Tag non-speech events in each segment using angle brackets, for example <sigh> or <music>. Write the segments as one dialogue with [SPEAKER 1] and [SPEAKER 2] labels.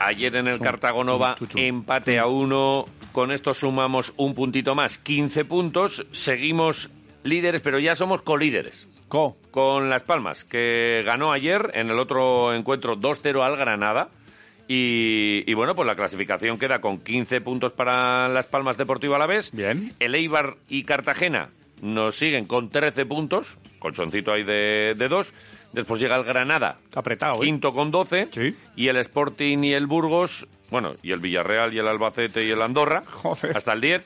[SPEAKER 1] Ayer en el Cartago Nova, empate a uno. Con esto sumamos un puntito más, 15 puntos. Seguimos líderes, pero ya somos colíderes.
[SPEAKER 2] Co.
[SPEAKER 1] Con Las Palmas, que ganó ayer en el otro encuentro 2-0 al Granada. Y, y bueno, pues la clasificación queda con 15 puntos para Las Palmas Deportivo a la vez.
[SPEAKER 2] Bien.
[SPEAKER 1] El Eibar y Cartagena nos siguen con 13 puntos, colchoncito ahí de, de dos. Después llega el Granada,
[SPEAKER 2] Está apretado, ¿eh?
[SPEAKER 1] quinto con 12.
[SPEAKER 2] Sí.
[SPEAKER 1] Y el Sporting y el Burgos, bueno, y el Villarreal y el Albacete y el Andorra,
[SPEAKER 2] Joder.
[SPEAKER 1] hasta el 10,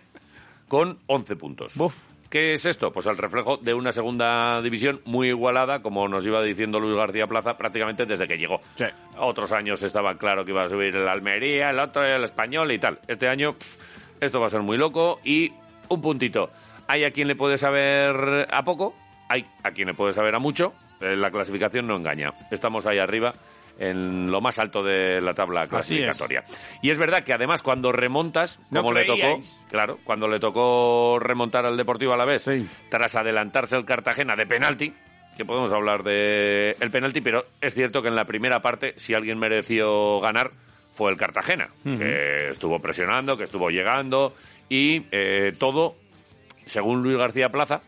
[SPEAKER 1] con 11 puntos.
[SPEAKER 2] Buf.
[SPEAKER 1] ¿Qué es esto? Pues el reflejo de una segunda división muy igualada, como nos iba diciendo Luis García Plaza prácticamente desde que llegó.
[SPEAKER 2] Sí.
[SPEAKER 1] Otros años estaba claro que iba a subir el Almería, el otro el Español y tal. Este año pff, esto va a ser muy loco y un puntito. Hay a quien le puede saber a poco, hay a quien le puede saber a mucho. Eh, La clasificación no engaña. Estamos ahí arriba en lo más alto de la tabla
[SPEAKER 2] Así es.
[SPEAKER 1] clasificatoria. Y es verdad que además cuando remontas,
[SPEAKER 2] No
[SPEAKER 1] como le tocó,
[SPEAKER 2] creíais.
[SPEAKER 1] Claro, cuando le tocó remontar al Deportivo a la vez,
[SPEAKER 2] Sí.
[SPEAKER 1] tras adelantarse el Cartagena de penalti, que podemos hablar de el penalti, pero es cierto que en la primera parte, si alguien mereció ganar, fue el Cartagena, que estuvo presionando, que estuvo llegando, y eh, todo, según Luis García Plaza,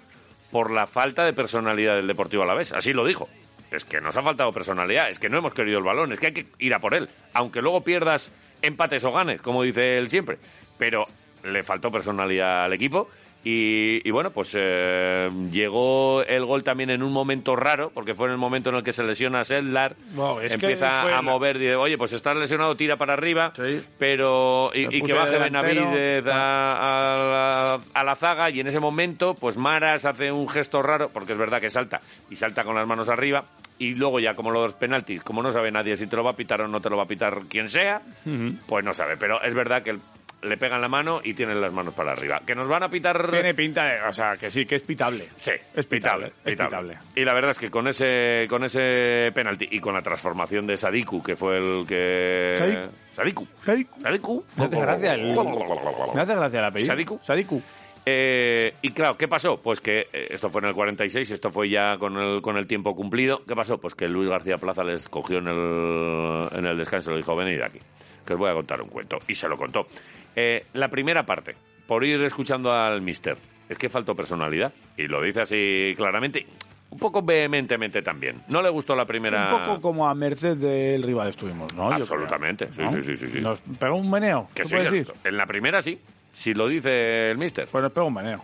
[SPEAKER 1] por la falta de personalidad del Deportivo a la vez. Así lo dijo. Es que nos ha faltado personalidad, es que no hemos querido el balón, es que hay que ir a por él. Aunque luego pierdas empates o ganes, como dice él siempre. Pero le faltó personalidad al equipo. Y, y bueno, pues eh, llegó el gol también en un momento raro, porque fue en el momento en el que se lesiona Sedlar.
[SPEAKER 2] Wow, es que
[SPEAKER 1] empieza
[SPEAKER 2] fue
[SPEAKER 1] a
[SPEAKER 2] el-
[SPEAKER 1] mover, dice, oye, pues estás lesionado, tira para arriba,
[SPEAKER 2] Sí.
[SPEAKER 1] pero y-
[SPEAKER 2] Se
[SPEAKER 1] y, que
[SPEAKER 2] puso
[SPEAKER 1] baje
[SPEAKER 2] de delantero.
[SPEAKER 1] Benavidez a, a la, a la zaga y en ese momento pues Maras hace un gesto raro porque es verdad que salta y salta con las manos arriba y luego ya como los penaltis como no sabe nadie si te lo va a pitar o no te lo va a pitar quien sea pues no sabe pero es verdad que le pegan la mano y tienen las manos para arriba que nos van a pitar
[SPEAKER 2] Tiene pinta de. O sea, que sí, que es pitable.
[SPEAKER 1] Sí,
[SPEAKER 2] Es pitable.
[SPEAKER 1] pitable,
[SPEAKER 2] Es pitable.
[SPEAKER 1] Y la verdad es que con ese con ese penalti y con la transformación de Sadiku, que fue el que... Sadiku.
[SPEAKER 2] Sadiku.
[SPEAKER 1] Sadiku.
[SPEAKER 2] Me hace gracia el. Me hace gracia el apellido.
[SPEAKER 1] Sadiku.
[SPEAKER 2] Sadiku.
[SPEAKER 1] Eh, y claro, ¿qué pasó? Pues que eh, esto fue en el 46, esto fue ya con el, con el tiempo cumplido. ¿Qué pasó? Pues que Luis García Plaza les cogió en el, en el descanso y le dijo, venid aquí, que os voy a contar un cuento. Y se lo contó. Eh, la primera parte, por ir escuchando al mister, es que faltó personalidad. Y lo dice así claramente, un poco vehementemente también. No le gustó la primera...
[SPEAKER 2] Un poco como a merced del rival estuvimos, ¿no? Yo
[SPEAKER 1] Absolutamente. Sí,
[SPEAKER 2] creo,
[SPEAKER 1] sí,
[SPEAKER 2] ¿no?
[SPEAKER 1] sí, sí, sí.
[SPEAKER 2] Nos pegó un meneo.
[SPEAKER 1] Que
[SPEAKER 2] ¿se
[SPEAKER 1] sí,
[SPEAKER 2] puede
[SPEAKER 1] que-
[SPEAKER 2] decir?
[SPEAKER 1] en la primera sí, si lo dice el mister.
[SPEAKER 2] Pues nos pegó un meneo.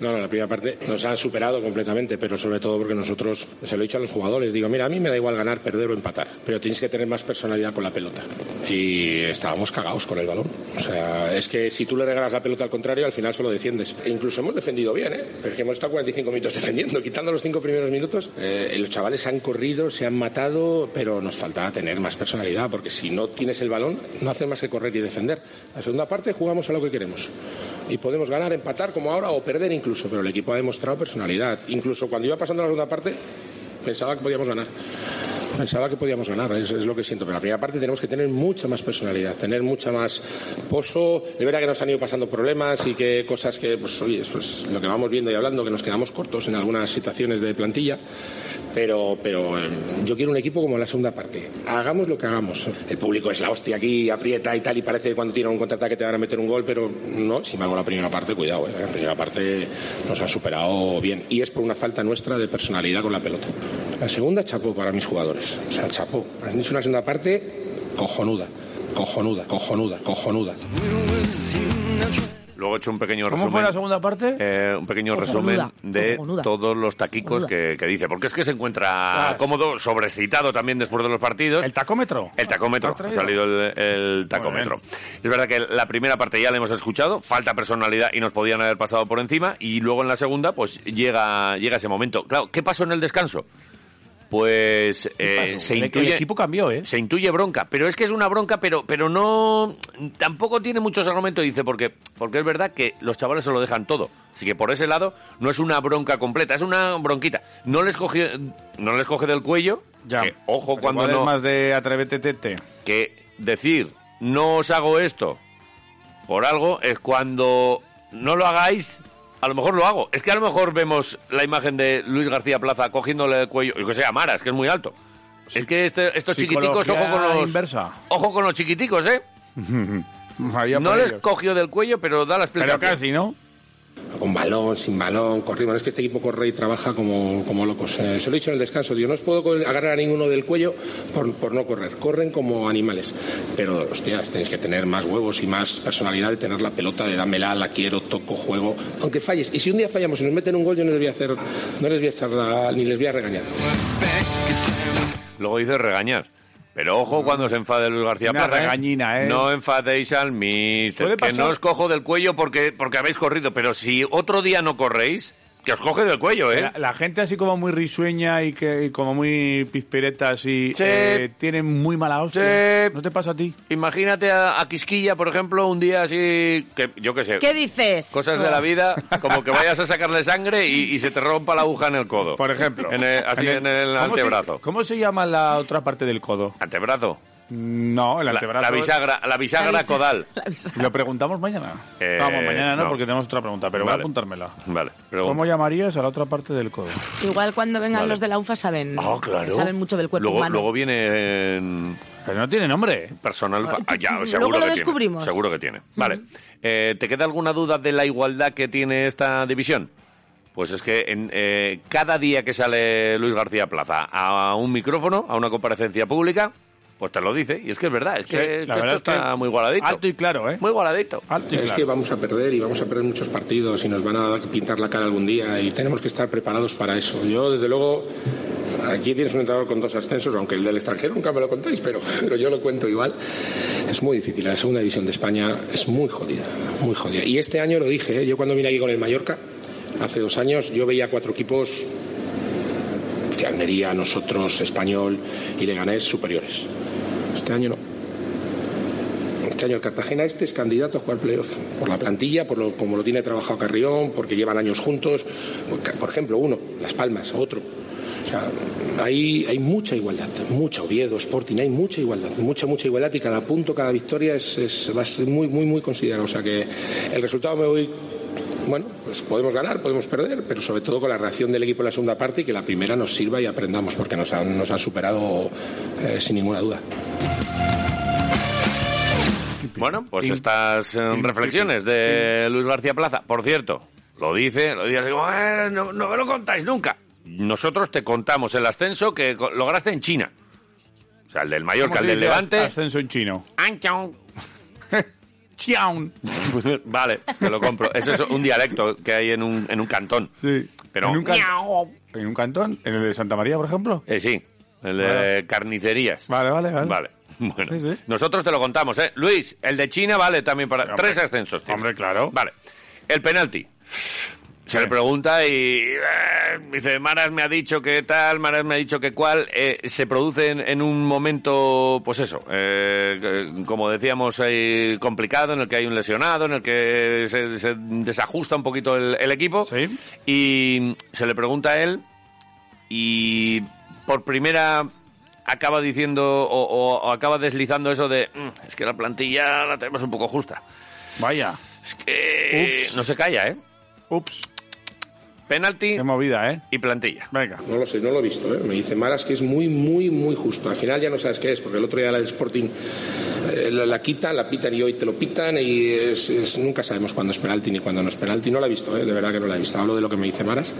[SPEAKER 3] No, no, la primera parte nos han superado completamente, pero sobre todo porque nosotros, se lo he dicho a los jugadores, digo, mira, a mí me da igual ganar, perder o empatar, pero tienes que tener más personalidad con la pelota. Y estábamos cagados con el balón. O sea, es que si tú le regalas la pelota al contrario, al final solo defiendes. E incluso hemos defendido bien, ¿eh? Pero es que hemos estado 45 minutos defendiendo, quitando los cinco primeros minutos. eh, los chavales han corrido, se han matado, pero nos faltaba tener más personalidad, porque si no tienes el balón, no haces más que correr y defender. La segunda parte jugamos a lo que queremos. Y podemos ganar, empatar como ahora o perder incluso, pero el equipo ha demostrado personalidad. Incluso cuando iba pasando la segunda parte, pensaba que podíamos ganar. Pensaba que podíamos ganar, es, es lo que siento. Pero la primera parte tenemos que tener mucha más personalidad, tener mucha más pozo. De verdad que nos han ido pasando problemas y que cosas que, pues oye, eso es lo que vamos viendo y hablando, que nos quedamos cortos en algunas situaciones de plantilla. Pero, pero eh, yo quiero un equipo como la segunda parte. Hagamos lo que hagamos. El público es la hostia aquí, aprieta y tal, y parece que cuando tiran un contraataque te van a meter un gol, pero no. Sin embargo, la primera parte, cuidado, eh, la primera parte nos ha superado bien. Y es por una falta nuestra de personalidad con la pelota. La segunda, chapó para mis jugadores. O sea, chapó. Han hecho una segunda parte cojonuda, cojonuda, cojonuda, cojonuda.
[SPEAKER 1] Luego he hecho un pequeño
[SPEAKER 2] ¿Cómo
[SPEAKER 1] resumen.
[SPEAKER 2] fue la segunda parte?
[SPEAKER 1] eh, un pequeño resumen
[SPEAKER 4] Cojonuda,
[SPEAKER 1] de
[SPEAKER 4] cojonuda.
[SPEAKER 1] todos los taquicos
[SPEAKER 4] Cojonuda.
[SPEAKER 1] que, que dice. Porque es que se encuentra
[SPEAKER 2] Ah, sí.
[SPEAKER 1] cómodo, sobrecitado también después de los partidos.
[SPEAKER 2] ¿El tacómetro?
[SPEAKER 1] pues El tacómetro,
[SPEAKER 2] ¿Has
[SPEAKER 1] ha
[SPEAKER 2] traído?
[SPEAKER 1] salido el, el tacómetro.
[SPEAKER 2] Muy
[SPEAKER 1] Es verdad que la primera parte ya la hemos escuchado, falta personalidad y nos podían haber pasado por encima, y luego en la segunda, pues llega, llega ese momento. Claro, ¿qué pasó en el descanso? Pues eh, se,
[SPEAKER 2] El- El
[SPEAKER 1] intuye,
[SPEAKER 2] equipo cambió, ¿eh?
[SPEAKER 1] se intuye bronca, pero es que es una bronca, pero, pero no. Tampoco tiene muchos argumentos, dice, porque, porque es verdad que los chavales se lo dejan todo. Así que por ese lado no es una bronca completa, es una bronquita. No les coge, no les coge del cuello. que, ojo
[SPEAKER 2] Pero
[SPEAKER 1] cuando
[SPEAKER 2] igual es
[SPEAKER 1] no
[SPEAKER 2] más de atrévete, tete.
[SPEAKER 1] que decir no os hago esto por algo es cuando no lo hagáis, a lo mejor lo hago. Es que a lo mejor vemos la imagen de Luis García Plaza cogiéndole el cuello, yo que sea, Maras, que es muy alto. Es que este- estos chiquiticos,
[SPEAKER 2] Psicología
[SPEAKER 1] ojo con los.
[SPEAKER 2] inversa.
[SPEAKER 1] Ojo con los chiquiticos, ¿eh?
[SPEAKER 2] Había
[SPEAKER 1] No
[SPEAKER 2] por
[SPEAKER 1] les
[SPEAKER 2] ellos.
[SPEAKER 1] cogió del cuello, pero da la
[SPEAKER 2] Pero
[SPEAKER 1] explicación.
[SPEAKER 2] casi, ¿no?
[SPEAKER 3] con balón, sin balón, corrimos. Es que este equipo corre y trabaja como, como locos. Eh, se lo he dicho en el descanso, digo, no os puedo co- agarrar a ninguno del cuello por, por no correr. Corren como animales. Pero, hostias, tenéis que tener más huevos y más personalidad de tener la pelota, de dámela, la quiero, toco, juego, aunque falles. Y si un día fallamos y nos meten un gol, yo no les voy a hacer, no les voy a echar la- ni les voy a regañar.
[SPEAKER 1] Luego dice regañar. Pero ojo cuando se enfade Luis García
[SPEAKER 2] Una
[SPEAKER 1] Plaza. ¿eh?
[SPEAKER 2] regañina, ¿eh?
[SPEAKER 1] No enfadéis al míster.
[SPEAKER 2] Puede
[SPEAKER 1] Que no
[SPEAKER 2] pasar.
[SPEAKER 1] os cojo del cuello porque, porque habéis corrido. Pero si otro día no corréis, que os coge del cuello, ¿eh?
[SPEAKER 2] La, la gente así como muy risueña y que y como muy pizpireta así
[SPEAKER 1] Sí.
[SPEAKER 2] eh, tienen muy mala hostia.
[SPEAKER 1] Sí.
[SPEAKER 2] ¿No te pasa a ti?
[SPEAKER 1] Imagínate a, a Quisquilla, por ejemplo, un día así, que yo qué sé.
[SPEAKER 4] ¿Qué dices?
[SPEAKER 1] Cosas de la vida, como que vayas a sacarle sangre y, y se te rompa la aguja en el codo.
[SPEAKER 2] Por ejemplo.
[SPEAKER 1] En el- así en el,
[SPEAKER 2] ¿Cómo se-
[SPEAKER 1] antebrazo.
[SPEAKER 2] ¿Cómo se llama la otra parte del codo?
[SPEAKER 1] ¿Antebrazo?
[SPEAKER 2] No, el
[SPEAKER 1] Mm, La,
[SPEAKER 2] antebrazo.
[SPEAKER 1] la bisagra, la bisagra
[SPEAKER 4] La visa-
[SPEAKER 1] codal.
[SPEAKER 4] <laughs> la visa-
[SPEAKER 2] Lo preguntamos mañana.
[SPEAKER 1] Eh,
[SPEAKER 2] Vamos, mañana no,
[SPEAKER 1] no.
[SPEAKER 2] porque tenemos otra pregunta, pero voy
[SPEAKER 1] Vale.
[SPEAKER 2] a apuntármela.
[SPEAKER 1] Vale, pregunta.
[SPEAKER 2] ¿Cómo llamarías a la otra parte del codo?
[SPEAKER 4] Igual cuando vengan
[SPEAKER 1] Vale.
[SPEAKER 4] los de la UFA saben,
[SPEAKER 1] Ah, claro.
[SPEAKER 4] saben mucho del cuerpo
[SPEAKER 1] luego,
[SPEAKER 4] humano.
[SPEAKER 1] Luego viene en
[SPEAKER 2] Pero no tiene nombre. ¿eh?
[SPEAKER 1] personal. fa- Ah,
[SPEAKER 4] <laughs>
[SPEAKER 1] ya,
[SPEAKER 4] Luego
[SPEAKER 1] seguro
[SPEAKER 4] lo
[SPEAKER 1] que
[SPEAKER 4] descubrimos.
[SPEAKER 1] Tiene, seguro que tiene. Vale. Eh, ¿Te queda alguna duda de la igualdad que tiene esta división? Pues es que en, eh, cada día que sale Luis García Plaza a un micrófono, a una comparecencia pública, pues te lo dice. Y es que es verdad, es que,
[SPEAKER 2] Sí,
[SPEAKER 1] es
[SPEAKER 2] la
[SPEAKER 1] que
[SPEAKER 2] verdad
[SPEAKER 1] esto
[SPEAKER 2] es que
[SPEAKER 1] está muy igualadito.
[SPEAKER 2] Alto y claro, ¿eh?
[SPEAKER 1] Muy igualadito.
[SPEAKER 2] Alto y
[SPEAKER 3] Es que
[SPEAKER 2] claro.
[SPEAKER 3] vamos a perder y vamos a perder muchos partidos y nos van a pintar la cara algún día y tenemos que estar preparados para eso. Yo, desde luego, aquí tienes un entrenador con dos ascensos, aunque el del extranjero nunca me lo contáis, pero, <laughs> pero yo lo cuento igual. Es muy difícil. La segunda división de España es muy jodida, muy jodida. Y este año lo dije, ¿eh? yo cuando vine aquí con el Mallorca, hace dos años, yo veía cuatro equipos que Almería, nosotros, Español y Leganés superiores. Este año no. Este año el Cartagena este es candidato a jugar playoff por la plantilla, por lo, como lo tiene trabajado Carrión, porque llevan años juntos. Por- Por ejemplo, uno, Las Palmas, otro. O sea, hay, hay mucha igualdad, mucha Oviedo, Sporting, hay mucha igualdad, mucha, mucha igualdad y cada punto, cada victoria es, es- va a ser muy, muy, muy considerado. O sea que el resultado me voy. Bueno, pues podemos ganar, podemos perder, pero sobre todo con la reacción del equipo en la segunda parte y que la primera nos sirva y aprendamos, porque nos han, nos han superado eh, sin ninguna duda.
[SPEAKER 1] Bueno, pues estas eh, reflexiones de Luis García Plaza, por cierto, lo dice, lo dice así como, "Eh, no, no me lo contáis nunca. Nosotros te contamos el ascenso que co- lograste en China. O sea, el del Mallorca, el
[SPEAKER 2] Como
[SPEAKER 1] del
[SPEAKER 2] dice,
[SPEAKER 1] Levante.
[SPEAKER 2] Ascenso en chino.
[SPEAKER 1] Anchong.
[SPEAKER 2] Chiaun.
[SPEAKER 1] Vale, te lo compro. Eso es un dialecto que hay en un, en un cantón.
[SPEAKER 2] Sí.
[SPEAKER 1] Pero-
[SPEAKER 2] ¿En un, can- en un cantón? ¿En el de Santa María, por ejemplo?
[SPEAKER 1] Eh, sí, el de
[SPEAKER 2] Vale.
[SPEAKER 1] carnicerías.
[SPEAKER 2] Vale, vale, vale.
[SPEAKER 1] Vale. Bueno,
[SPEAKER 2] Sí, sí.
[SPEAKER 1] nosotros te lo contamos, ¿eh? Luis, el de China vale también para...
[SPEAKER 2] Hombre,
[SPEAKER 1] Tres ascensos. tiene.
[SPEAKER 2] hombre, claro.
[SPEAKER 1] Vale. El penalti. Se le pregunta y eh, dice, Maras me ha dicho que tal, Maras me ha dicho que cual. Eh, se produce en, en un momento, pues eso, eh, que- como decíamos, ahí complicado, en el que hay un lesionado, en el que se, se desajusta un poquito el, el equipo.
[SPEAKER 2] Sí.
[SPEAKER 1] Y se le pregunta a él y por primera acaba diciendo o, o- o acaba deslizando eso de "Mm, es que la plantilla la tenemos un poco justa.
[SPEAKER 2] Vaya.
[SPEAKER 1] Es que
[SPEAKER 2] Ups.
[SPEAKER 1] no se calla, ¿eh?
[SPEAKER 2] Ups.
[SPEAKER 1] Penalti
[SPEAKER 2] Qué movida, ¿eh?
[SPEAKER 1] y plantilla.
[SPEAKER 2] Venga.
[SPEAKER 3] No lo sé, no lo he visto. ¿eh? Me dice Maras que es muy, muy, muy justo. Al final ya no sabes qué es, porque el otro día la del Sporting eh, la, la quitan, la pitan y hoy te lo pitan y es- es- nunca sabemos cuándo es penalti ni cuándo no es penalti. No la he visto, ¿eh? de verdad que no la he visto. Hablo de lo que me dice Maras.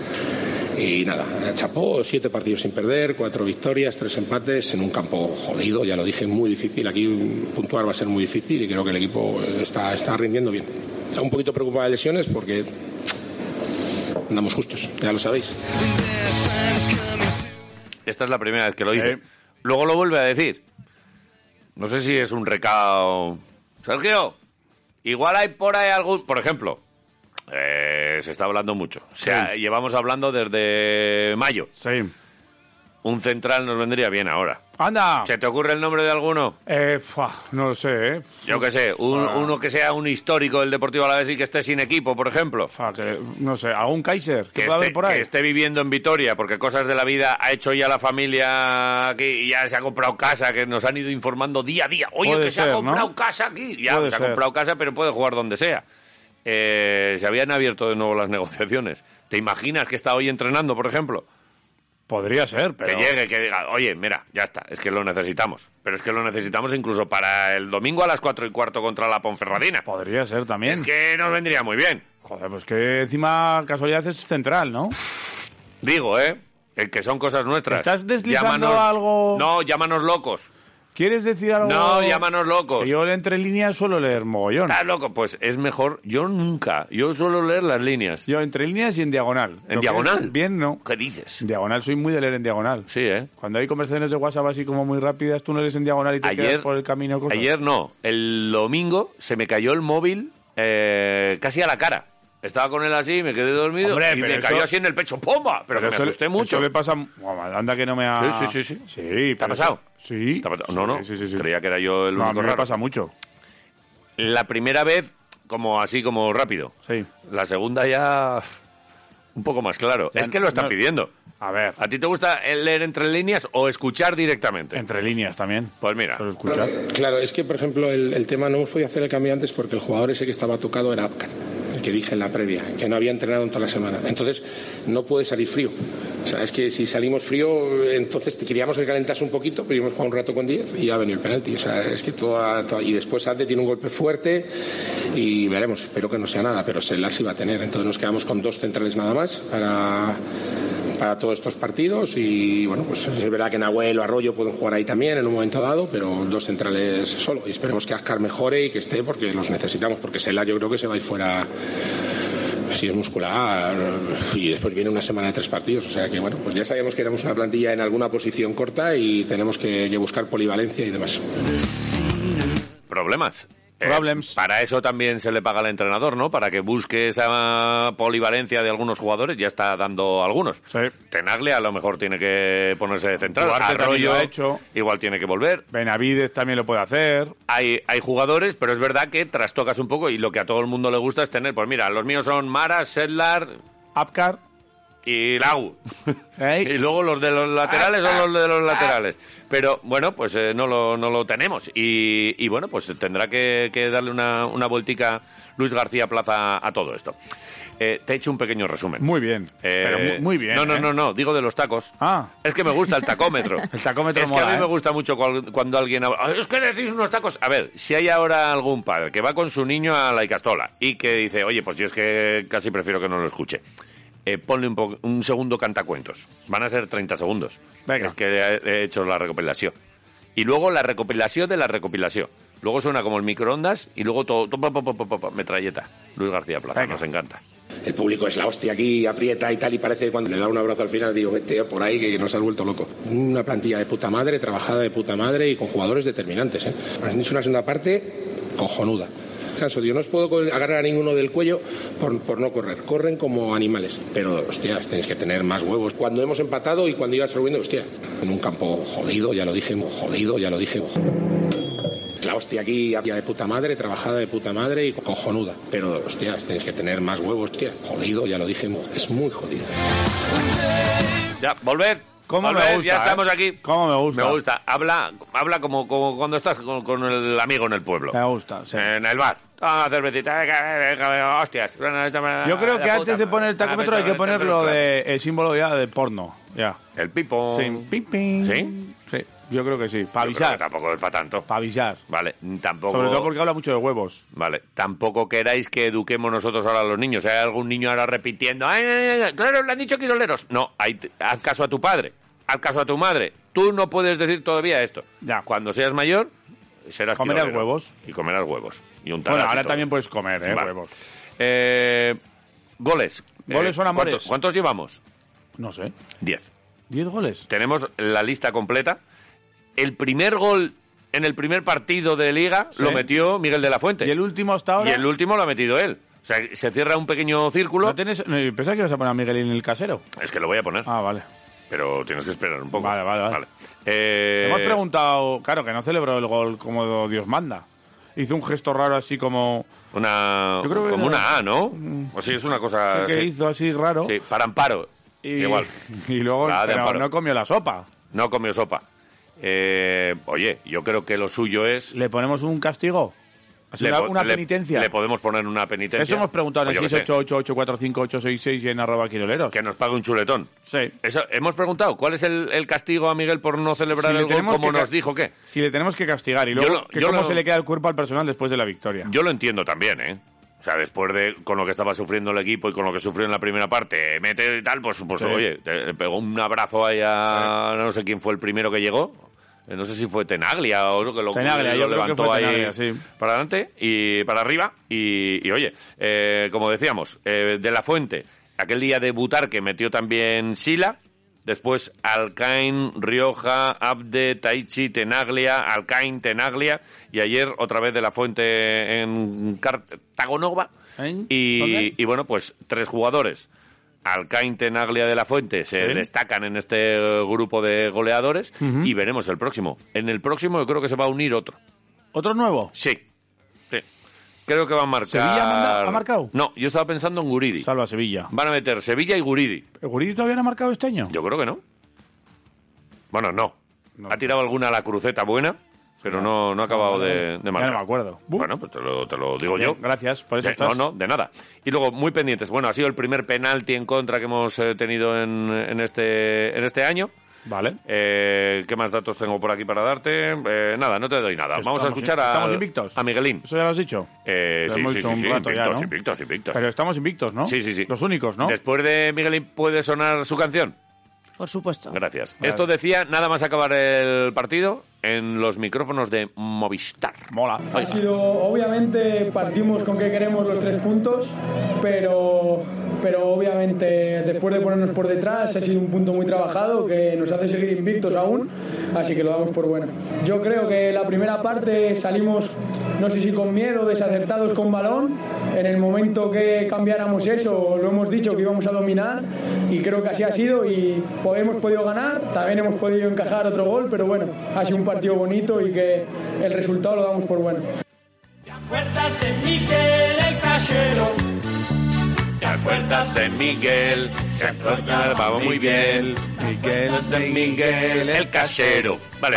[SPEAKER 3] Y nada, chapó, siete partidos sin perder, cuatro victorias, tres empates en un campo jodido, ya lo dije, muy difícil. Aquí mm, puntuar va a ser muy difícil y creo que el equipo está, está rindiendo bien. un poquito preocupada de lesiones porque andamos justos, ya lo sabéis.
[SPEAKER 1] Esta es la primera vez que lo dice. Luego lo vuelve a decir. No sé si es un recao. Sergio, igual hay por ahí algún. Por ejemplo, eh, se está hablando mucho. O sea, llevamos hablando desde mayo.
[SPEAKER 2] Sí.
[SPEAKER 1] Un central nos vendría bien ahora.
[SPEAKER 2] ¡Anda!
[SPEAKER 1] ¿Se te ocurre el nombre de alguno?
[SPEAKER 2] Eh, fua, no lo sé, ¿eh?
[SPEAKER 1] Yo qué sé, un- uno que sea un histórico del Deportivo Alavés y que esté sin equipo, por ejemplo.
[SPEAKER 2] Fua, que- no sé, ¿algún Kaiser? ¿Qué
[SPEAKER 1] Que
[SPEAKER 2] puede
[SPEAKER 1] esté,
[SPEAKER 2] haber por ahí?
[SPEAKER 1] que este. esté viviendo en Vitoria, porque cosas de la vida ha hecho ya la familia aquí y ya se ha comprado casa, que nos han ido informando día a día. Oye,
[SPEAKER 2] Puede
[SPEAKER 1] que se ha
[SPEAKER 2] ser, ¿no?
[SPEAKER 1] comprado casa aquí. Ya
[SPEAKER 2] Puede
[SPEAKER 1] se ha
[SPEAKER 2] ser.
[SPEAKER 1] comprado casa, pero puede jugar donde sea. Eh, se habían abierto de nuevo las <laughs> negociaciones. ¿Te imaginas que está hoy entrenando, por ejemplo?
[SPEAKER 2] Podría ser, pero...
[SPEAKER 1] Que llegue, que diga, oye, mira, ya está, es que lo necesitamos. Pero es que lo necesitamos incluso para el domingo a las cuatro y cuarto contra la Ponferradina.
[SPEAKER 2] Podría ser también.
[SPEAKER 1] Es que nos vendría muy bien.
[SPEAKER 2] Joder, pues que encima casualidad es central, ¿no?
[SPEAKER 1] Digo, ¿eh? El que son cosas nuestras.
[SPEAKER 2] ¿Estás deslizando
[SPEAKER 1] Llámanos-
[SPEAKER 2] algo?
[SPEAKER 1] No, llámanos locos.
[SPEAKER 2] ¿Quieres decir algo?
[SPEAKER 1] No, llámanos locos.
[SPEAKER 2] Que yo entre líneas suelo leer mogollón.
[SPEAKER 1] ¿Estás loco? Pues es mejor. Yo nunca. Yo suelo leer las líneas.
[SPEAKER 2] Yo entre líneas y en diagonal. Lo que es
[SPEAKER 1] diagonal?
[SPEAKER 2] Bien, no.
[SPEAKER 1] ¿Qué dices?
[SPEAKER 2] En diagonal, soy muy de leer en diagonal.
[SPEAKER 1] Sí, ¿eh?
[SPEAKER 2] Cuando hay conversaciones de WhatsApp así como muy rápidas, tú no lees en diagonal y te
[SPEAKER 1] Ayer,
[SPEAKER 2] quedas por el camino. cosas.
[SPEAKER 1] ayer no. El domingo se me cayó el móvil eh, casi a la cara. Estaba con él así, me quedé dormido
[SPEAKER 2] Hombre,
[SPEAKER 1] y
[SPEAKER 2] pero
[SPEAKER 1] me
[SPEAKER 2] eso-
[SPEAKER 1] cayó así en el pecho. ¡Pomba! Pero, que me
[SPEAKER 2] eso le-
[SPEAKER 1] asusté mucho.
[SPEAKER 2] Eso le pasa. Guau, anda que no me ha.
[SPEAKER 1] Sí, sí, sí, sí.
[SPEAKER 2] Sí,
[SPEAKER 1] ¿Te ha
[SPEAKER 2] pero
[SPEAKER 1] pasado?
[SPEAKER 2] eso- Sí.
[SPEAKER 1] ¿Te ha pasado? No, no.
[SPEAKER 2] Sí, sí, sí.
[SPEAKER 1] Creía que era yo el
[SPEAKER 2] No, a
[SPEAKER 1] único
[SPEAKER 2] mí me
[SPEAKER 1] raro.
[SPEAKER 2] pasa mucho.
[SPEAKER 1] La primera vez, como así, como rápido.
[SPEAKER 2] Sí.
[SPEAKER 1] La segunda ya un poco más claro.
[SPEAKER 2] Ya
[SPEAKER 1] es que lo están
[SPEAKER 2] no-
[SPEAKER 1] pidiendo.
[SPEAKER 2] A ver,
[SPEAKER 1] ¿A ti te gusta el leer entre líneas o escuchar directamente?
[SPEAKER 2] entre líneas también.
[SPEAKER 1] Pues mira,
[SPEAKER 2] Suelo escuchar.
[SPEAKER 3] Claro, es que por ejemplo el, el tema no hemos podido hacer el cambio antes porque el jugador ese que estaba tocado era Apcar, el que dije en la previa, que no había entrenado en toda la semana. Entonces no puede salir frío. O sea, es que si salimos frío, entonces te queríamos que calentase un poquito, pero íbamos a jugar un rato con 10 y ya ha venido el penalti. O sea, es que toda, toda- Y después Ade tiene un golpe fuerte y veremos, espero que no sea nada, pero Selar sí va a tener. Entonces nos quedamos con dos centrales nada más para, para todos estos partidos y bueno, pues es verdad que Nahuel o Arroyo pueden jugar ahí también en un momento dado, pero dos centrales solo. Y esperemos que Ascar mejore y que esté porque los necesitamos, porque Sela yo creo que se va a ir fuera si es muscular y después viene una semana de tres partidos. O sea que bueno, pues ya sabíamos que éramos una plantilla en alguna posición corta y tenemos que, que buscar polivalencia y demás.
[SPEAKER 1] problemas. Eh,
[SPEAKER 2] Problems.
[SPEAKER 1] para eso también se le paga al entrenador, ¿no? Para que busque esa polivalencia de algunos jugadores. Ya está dando algunos.
[SPEAKER 2] Sí.
[SPEAKER 1] Tenaglia a lo mejor tiene que ponerse de central.
[SPEAKER 2] Duarte también
[SPEAKER 1] Arroyo
[SPEAKER 2] lo ha hecho.
[SPEAKER 1] igual tiene que volver.
[SPEAKER 2] Benavides también lo puede hacer.
[SPEAKER 1] hay, hay jugadores, pero es verdad que trastocas un poco y lo que a todo el mundo le gusta es tener, pues mira, los míos son Mara, Sedlar
[SPEAKER 2] Apcar.
[SPEAKER 1] y Lagu.
[SPEAKER 2] ¿eh?
[SPEAKER 1] Y luego los de los laterales son los de los laterales. Pero bueno, pues eh, no, lo, no lo tenemos. Y, y, bueno, pues tendrá que, que darle una, una vueltica Luis García Plaza a todo esto. Eh, te he hecho un pequeño resumen.
[SPEAKER 2] Muy bien.
[SPEAKER 1] Eh,
[SPEAKER 2] pero muy, muy bien.
[SPEAKER 1] No, no,
[SPEAKER 2] ¿eh?
[SPEAKER 1] no, no, digo de los tacos.
[SPEAKER 2] Ah.
[SPEAKER 1] Es que me gusta el tacómetro.
[SPEAKER 2] <laughs> El tacómetro
[SPEAKER 1] Es que a
[SPEAKER 2] mola,
[SPEAKER 1] mí
[SPEAKER 2] ¿eh?
[SPEAKER 1] me gusta mucho cual- cuando alguien habla. "Ay, Es que decís unos tacos. A ver, si hay ahora algún padre que va con su niño a la Icastola y que dice, oye, pues yo es que casi prefiero que no lo escuche. eh, ponle un, po- un segundo cantacuentos. Van a ser 30 segundos.
[SPEAKER 2] Venga.
[SPEAKER 1] Es que he, he hecho la recopilación. Y luego la recopilación de la recopilación. Luego suena como el microondas y luego todo. to- pa, pa, pa, pa, pa, pa, metralleta. Luis García Plaza,
[SPEAKER 2] Venga.
[SPEAKER 1] nos encanta.
[SPEAKER 3] El público es la hostia aquí, aprieta y tal, y parece que cuando le da un abrazo al final, digo, vete por ahí que nos has vuelto loco. Una plantilla de puta madre, trabajada de puta madre y con jugadores determinantes. ¿eh? Han hecho una segunda parte cojonuda. Canso, digo, no os puedo co- agarrar a ninguno del cuello por, por no correr. Corren como animales. Pero, hostias, tenéis que tener más huevos. Cuando hemos empatado y cuando ibas subiendo, hostia, en un campo jodido, ya lo dije, jodido, ya lo dije. La hostia aquí, había de puta madre, trabajada de puta madre y cojonuda. Pero, hostias, tenéis que tener más huevos, hostia. Jodido, ya lo dijimos. Es muy jodido.
[SPEAKER 1] Ya, volved.
[SPEAKER 2] ¿Cómo me
[SPEAKER 1] Volved,
[SPEAKER 2] gusta,
[SPEAKER 1] Ya
[SPEAKER 2] eh?
[SPEAKER 1] estamos aquí.
[SPEAKER 2] ¿Cómo me gusta?
[SPEAKER 1] Me gusta. Habla, habla como, como cuando estás con, con el amigo en el pueblo.
[SPEAKER 2] Me gusta, sí.
[SPEAKER 1] En el bar. Ah, cervecita. venga, venga, venga, Hostias.
[SPEAKER 2] Yo creo que antes de poner el
[SPEAKER 1] Ah,
[SPEAKER 2] tacómetro hay que poner lo de el símbolo ya de porno. Ya.
[SPEAKER 1] El pipo.
[SPEAKER 2] Sí. Ping, ping.
[SPEAKER 1] ¿Sí?
[SPEAKER 2] Sí, yo creo que sí. Para
[SPEAKER 1] Yo creo que
[SPEAKER 2] avisar.
[SPEAKER 1] Tampoco es para tanto.
[SPEAKER 2] Para avisar.
[SPEAKER 1] Vale, tampoco.
[SPEAKER 2] Sobre todo porque habla mucho de huevos.
[SPEAKER 1] Vale, tampoco queráis que eduquemos nosotros ahora a los niños. Hay algún niño ahora repitiendo, "Ay, ay, ay, ay, claro, le han dicho quiroleros. No, ahí te- haz caso a tu padre, haz caso a tu madre. Tú no puedes decir todavía esto.
[SPEAKER 2] Ya.
[SPEAKER 1] Cuando seas mayor, serás
[SPEAKER 2] Comerás
[SPEAKER 1] tirolero.
[SPEAKER 2] huevos.
[SPEAKER 1] Y comerás huevos. Y un
[SPEAKER 2] Bueno, ahora también puedes comer, ¿eh?
[SPEAKER 1] Vale.
[SPEAKER 2] Huevos.
[SPEAKER 1] goles. Eh,
[SPEAKER 2] Goles son amores.
[SPEAKER 1] ¿cuántos, cuántos llevamos?
[SPEAKER 2] No sé.
[SPEAKER 1] Diez.
[SPEAKER 2] ¿Diez goles?
[SPEAKER 1] Tenemos la lista completa. El primer gol en el primer partido de Liga
[SPEAKER 2] Sí.
[SPEAKER 1] lo metió Miguel de la Fuente.
[SPEAKER 2] ¿Y el último hasta ahora?
[SPEAKER 1] Y el último lo ha metido él. O sea, se cierra un pequeño círculo.
[SPEAKER 2] ¿No tienes... no, yo Pensaba que ibas a poner a Miguelín en el casero.
[SPEAKER 1] Es que lo voy a poner,
[SPEAKER 2] Ah, vale.
[SPEAKER 1] pero tienes que esperar un poco.
[SPEAKER 2] Vale, vale, vale.
[SPEAKER 1] Eh,
[SPEAKER 2] Hemos preguntado... Claro, que no celebró el gol como Dios manda. Hizo un gesto raro así como...
[SPEAKER 1] Una,
[SPEAKER 2] Yo creo que
[SPEAKER 1] como
[SPEAKER 2] era-
[SPEAKER 1] una A, ¿no? O sí, es una cosa...
[SPEAKER 2] que
[SPEAKER 1] Ah, sí.
[SPEAKER 2] hizo así raro.
[SPEAKER 1] Sí, para Amparo.
[SPEAKER 2] Y,
[SPEAKER 1] Igual,
[SPEAKER 2] <laughs> y luego
[SPEAKER 1] Nada de
[SPEAKER 2] pero
[SPEAKER 1] amparo.
[SPEAKER 2] no comió la sopa.
[SPEAKER 1] no comió sopa. Eh, oye, yo creo que lo suyo es...
[SPEAKER 2] ¿Le ponemos un castigo? Así
[SPEAKER 1] le
[SPEAKER 2] una,
[SPEAKER 1] po-
[SPEAKER 2] una
[SPEAKER 1] le-
[SPEAKER 2] penitencia.
[SPEAKER 1] Le podemos poner una penitencia.
[SPEAKER 2] Eso hemos preguntado en
[SPEAKER 1] Pues
[SPEAKER 2] el
[SPEAKER 1] yo qué sé,
[SPEAKER 2] 688845866 y en arroba quiroleros.
[SPEAKER 1] Que nos pague un chuletón.
[SPEAKER 2] Sí.
[SPEAKER 1] Eso, hemos preguntado, ¿cuál es el, el castigo a Miguel por no celebrar
[SPEAKER 2] Si le
[SPEAKER 1] el gol
[SPEAKER 2] tenemos
[SPEAKER 1] como
[SPEAKER 2] que
[SPEAKER 1] nos
[SPEAKER 2] ca-
[SPEAKER 1] dijo que?
[SPEAKER 2] Si le tenemos que castigar y
[SPEAKER 1] Yo
[SPEAKER 2] luego
[SPEAKER 1] lo-
[SPEAKER 2] que
[SPEAKER 1] yo
[SPEAKER 2] cómo
[SPEAKER 1] lo-
[SPEAKER 2] se le queda el cuerpo al personal después de la victoria.
[SPEAKER 1] Yo lo entiendo también, ¿eh? O sea, después de con lo que estaba sufriendo el equipo y con lo que sufrió en la primera parte, eh, mete y tal, pues, pues
[SPEAKER 2] Sí.
[SPEAKER 1] oye, te- le pegó un abrazo ahí a no sé quién fue el primero que llegó. Eh, No sé si fue Tenaglia o lo que lo,
[SPEAKER 2] Tenaglia,
[SPEAKER 1] lo
[SPEAKER 2] yo creo que
[SPEAKER 1] levantó
[SPEAKER 2] fue
[SPEAKER 1] ahí
[SPEAKER 2] Tenaglia, sí.
[SPEAKER 1] para adelante y para arriba. Y, y, oye, eh, como decíamos, eh, De La Fuente, aquel día de Butarque metió también Sila. Después Alcain, Rioja, Abde, Taichi, Tenaglia, Alcain, Tenaglia. Y ayer otra vez De La Fuente en Cartagonova.
[SPEAKER 2] ¿En?
[SPEAKER 1] Y,
[SPEAKER 2] ¿Eh? ¿Dónde?
[SPEAKER 1] y bueno, pues tres jugadores. Alcain, Tenaglia de la Fuente se
[SPEAKER 2] Sí.
[SPEAKER 1] destacan en este eh, grupo de goleadores y veremos el próximo. En el próximo yo creo que se va a unir otro.
[SPEAKER 2] ¿Otro nuevo?
[SPEAKER 1] Sí. Sí. Creo que va a marcar.
[SPEAKER 2] ¿Sevilla manda- ha marcado?
[SPEAKER 1] No, yo estaba pensando en Guridi.
[SPEAKER 2] Salva a Sevilla.
[SPEAKER 1] Van a meter Sevilla y Guridi.
[SPEAKER 2] ¿El Guridi todavía no ha marcado este año?
[SPEAKER 1] Yo creo que no. Bueno, no.
[SPEAKER 2] No.
[SPEAKER 1] Ha tirado alguna a la cruceta buena, pero no, no ha acabado de, de
[SPEAKER 2] Ya
[SPEAKER 1] marcar.
[SPEAKER 2] no me acuerdo.
[SPEAKER 1] Bueno, pues te lo, te lo digo
[SPEAKER 2] Bien,
[SPEAKER 1] yo.
[SPEAKER 2] Gracias, por eso
[SPEAKER 1] De-
[SPEAKER 2] estás.
[SPEAKER 1] No, no, de nada. Y luego, muy pendientes. Bueno, ha sido el primer penalti en contra que hemos eh, tenido en, en este, en este año.
[SPEAKER 2] Vale.
[SPEAKER 1] Eh, ¿Qué más datos tengo por aquí para darte? Eh, nada, no te doy nada. Vamos a
[SPEAKER 2] Pues Estamos- ¿eh?
[SPEAKER 1] escuchar
[SPEAKER 2] estamos
[SPEAKER 1] a,
[SPEAKER 2] invictos.
[SPEAKER 1] a Miguelín.
[SPEAKER 2] Eso ya lo has dicho.
[SPEAKER 1] Eh,
[SPEAKER 2] Lo
[SPEAKER 1] sí,
[SPEAKER 2] hemos
[SPEAKER 1] sí,
[SPEAKER 2] dicho
[SPEAKER 1] sí,
[SPEAKER 2] un
[SPEAKER 1] sí,
[SPEAKER 2] rato ya,
[SPEAKER 1] invictos,
[SPEAKER 2] ¿no?
[SPEAKER 1] invictos, invictos.
[SPEAKER 2] Pero estamos invictos, ¿no?
[SPEAKER 1] Sí, sí, sí.
[SPEAKER 2] Los únicos, ¿no?
[SPEAKER 1] Después de Miguelín, ¿puede sonar su canción?
[SPEAKER 4] Por supuesto.
[SPEAKER 1] Gracias.
[SPEAKER 2] Vale.
[SPEAKER 1] Esto decía, nada más acabar el partido, en los micrófonos de Movistar.
[SPEAKER 2] Mola.
[SPEAKER 5] Ha
[SPEAKER 1] pues
[SPEAKER 5] sido, obviamente, partimos con que queremos los tres puntos, pero, pero obviamente después de ponernos por detrás ha sido un punto muy trabajado que nos hace seguir invictos aún, así que lo damos por bueno. Yo creo que la primera parte salimos, no sé si con miedo, desacertados con balón. En el momento que cambiáramos eso, lo hemos dicho que íbamos a dominar y creo que así ha sido y po- hemos podido ganar, también hemos podido encajar otro gol, pero bueno, ha sido un partido bonito y que el resultado lo damos por bueno.
[SPEAKER 6] Puertas de Miguel el Casero.
[SPEAKER 1] Las puertas de Miguel se vamos muy bien.
[SPEAKER 2] Miguel
[SPEAKER 1] de Miguel, el casero. Vale,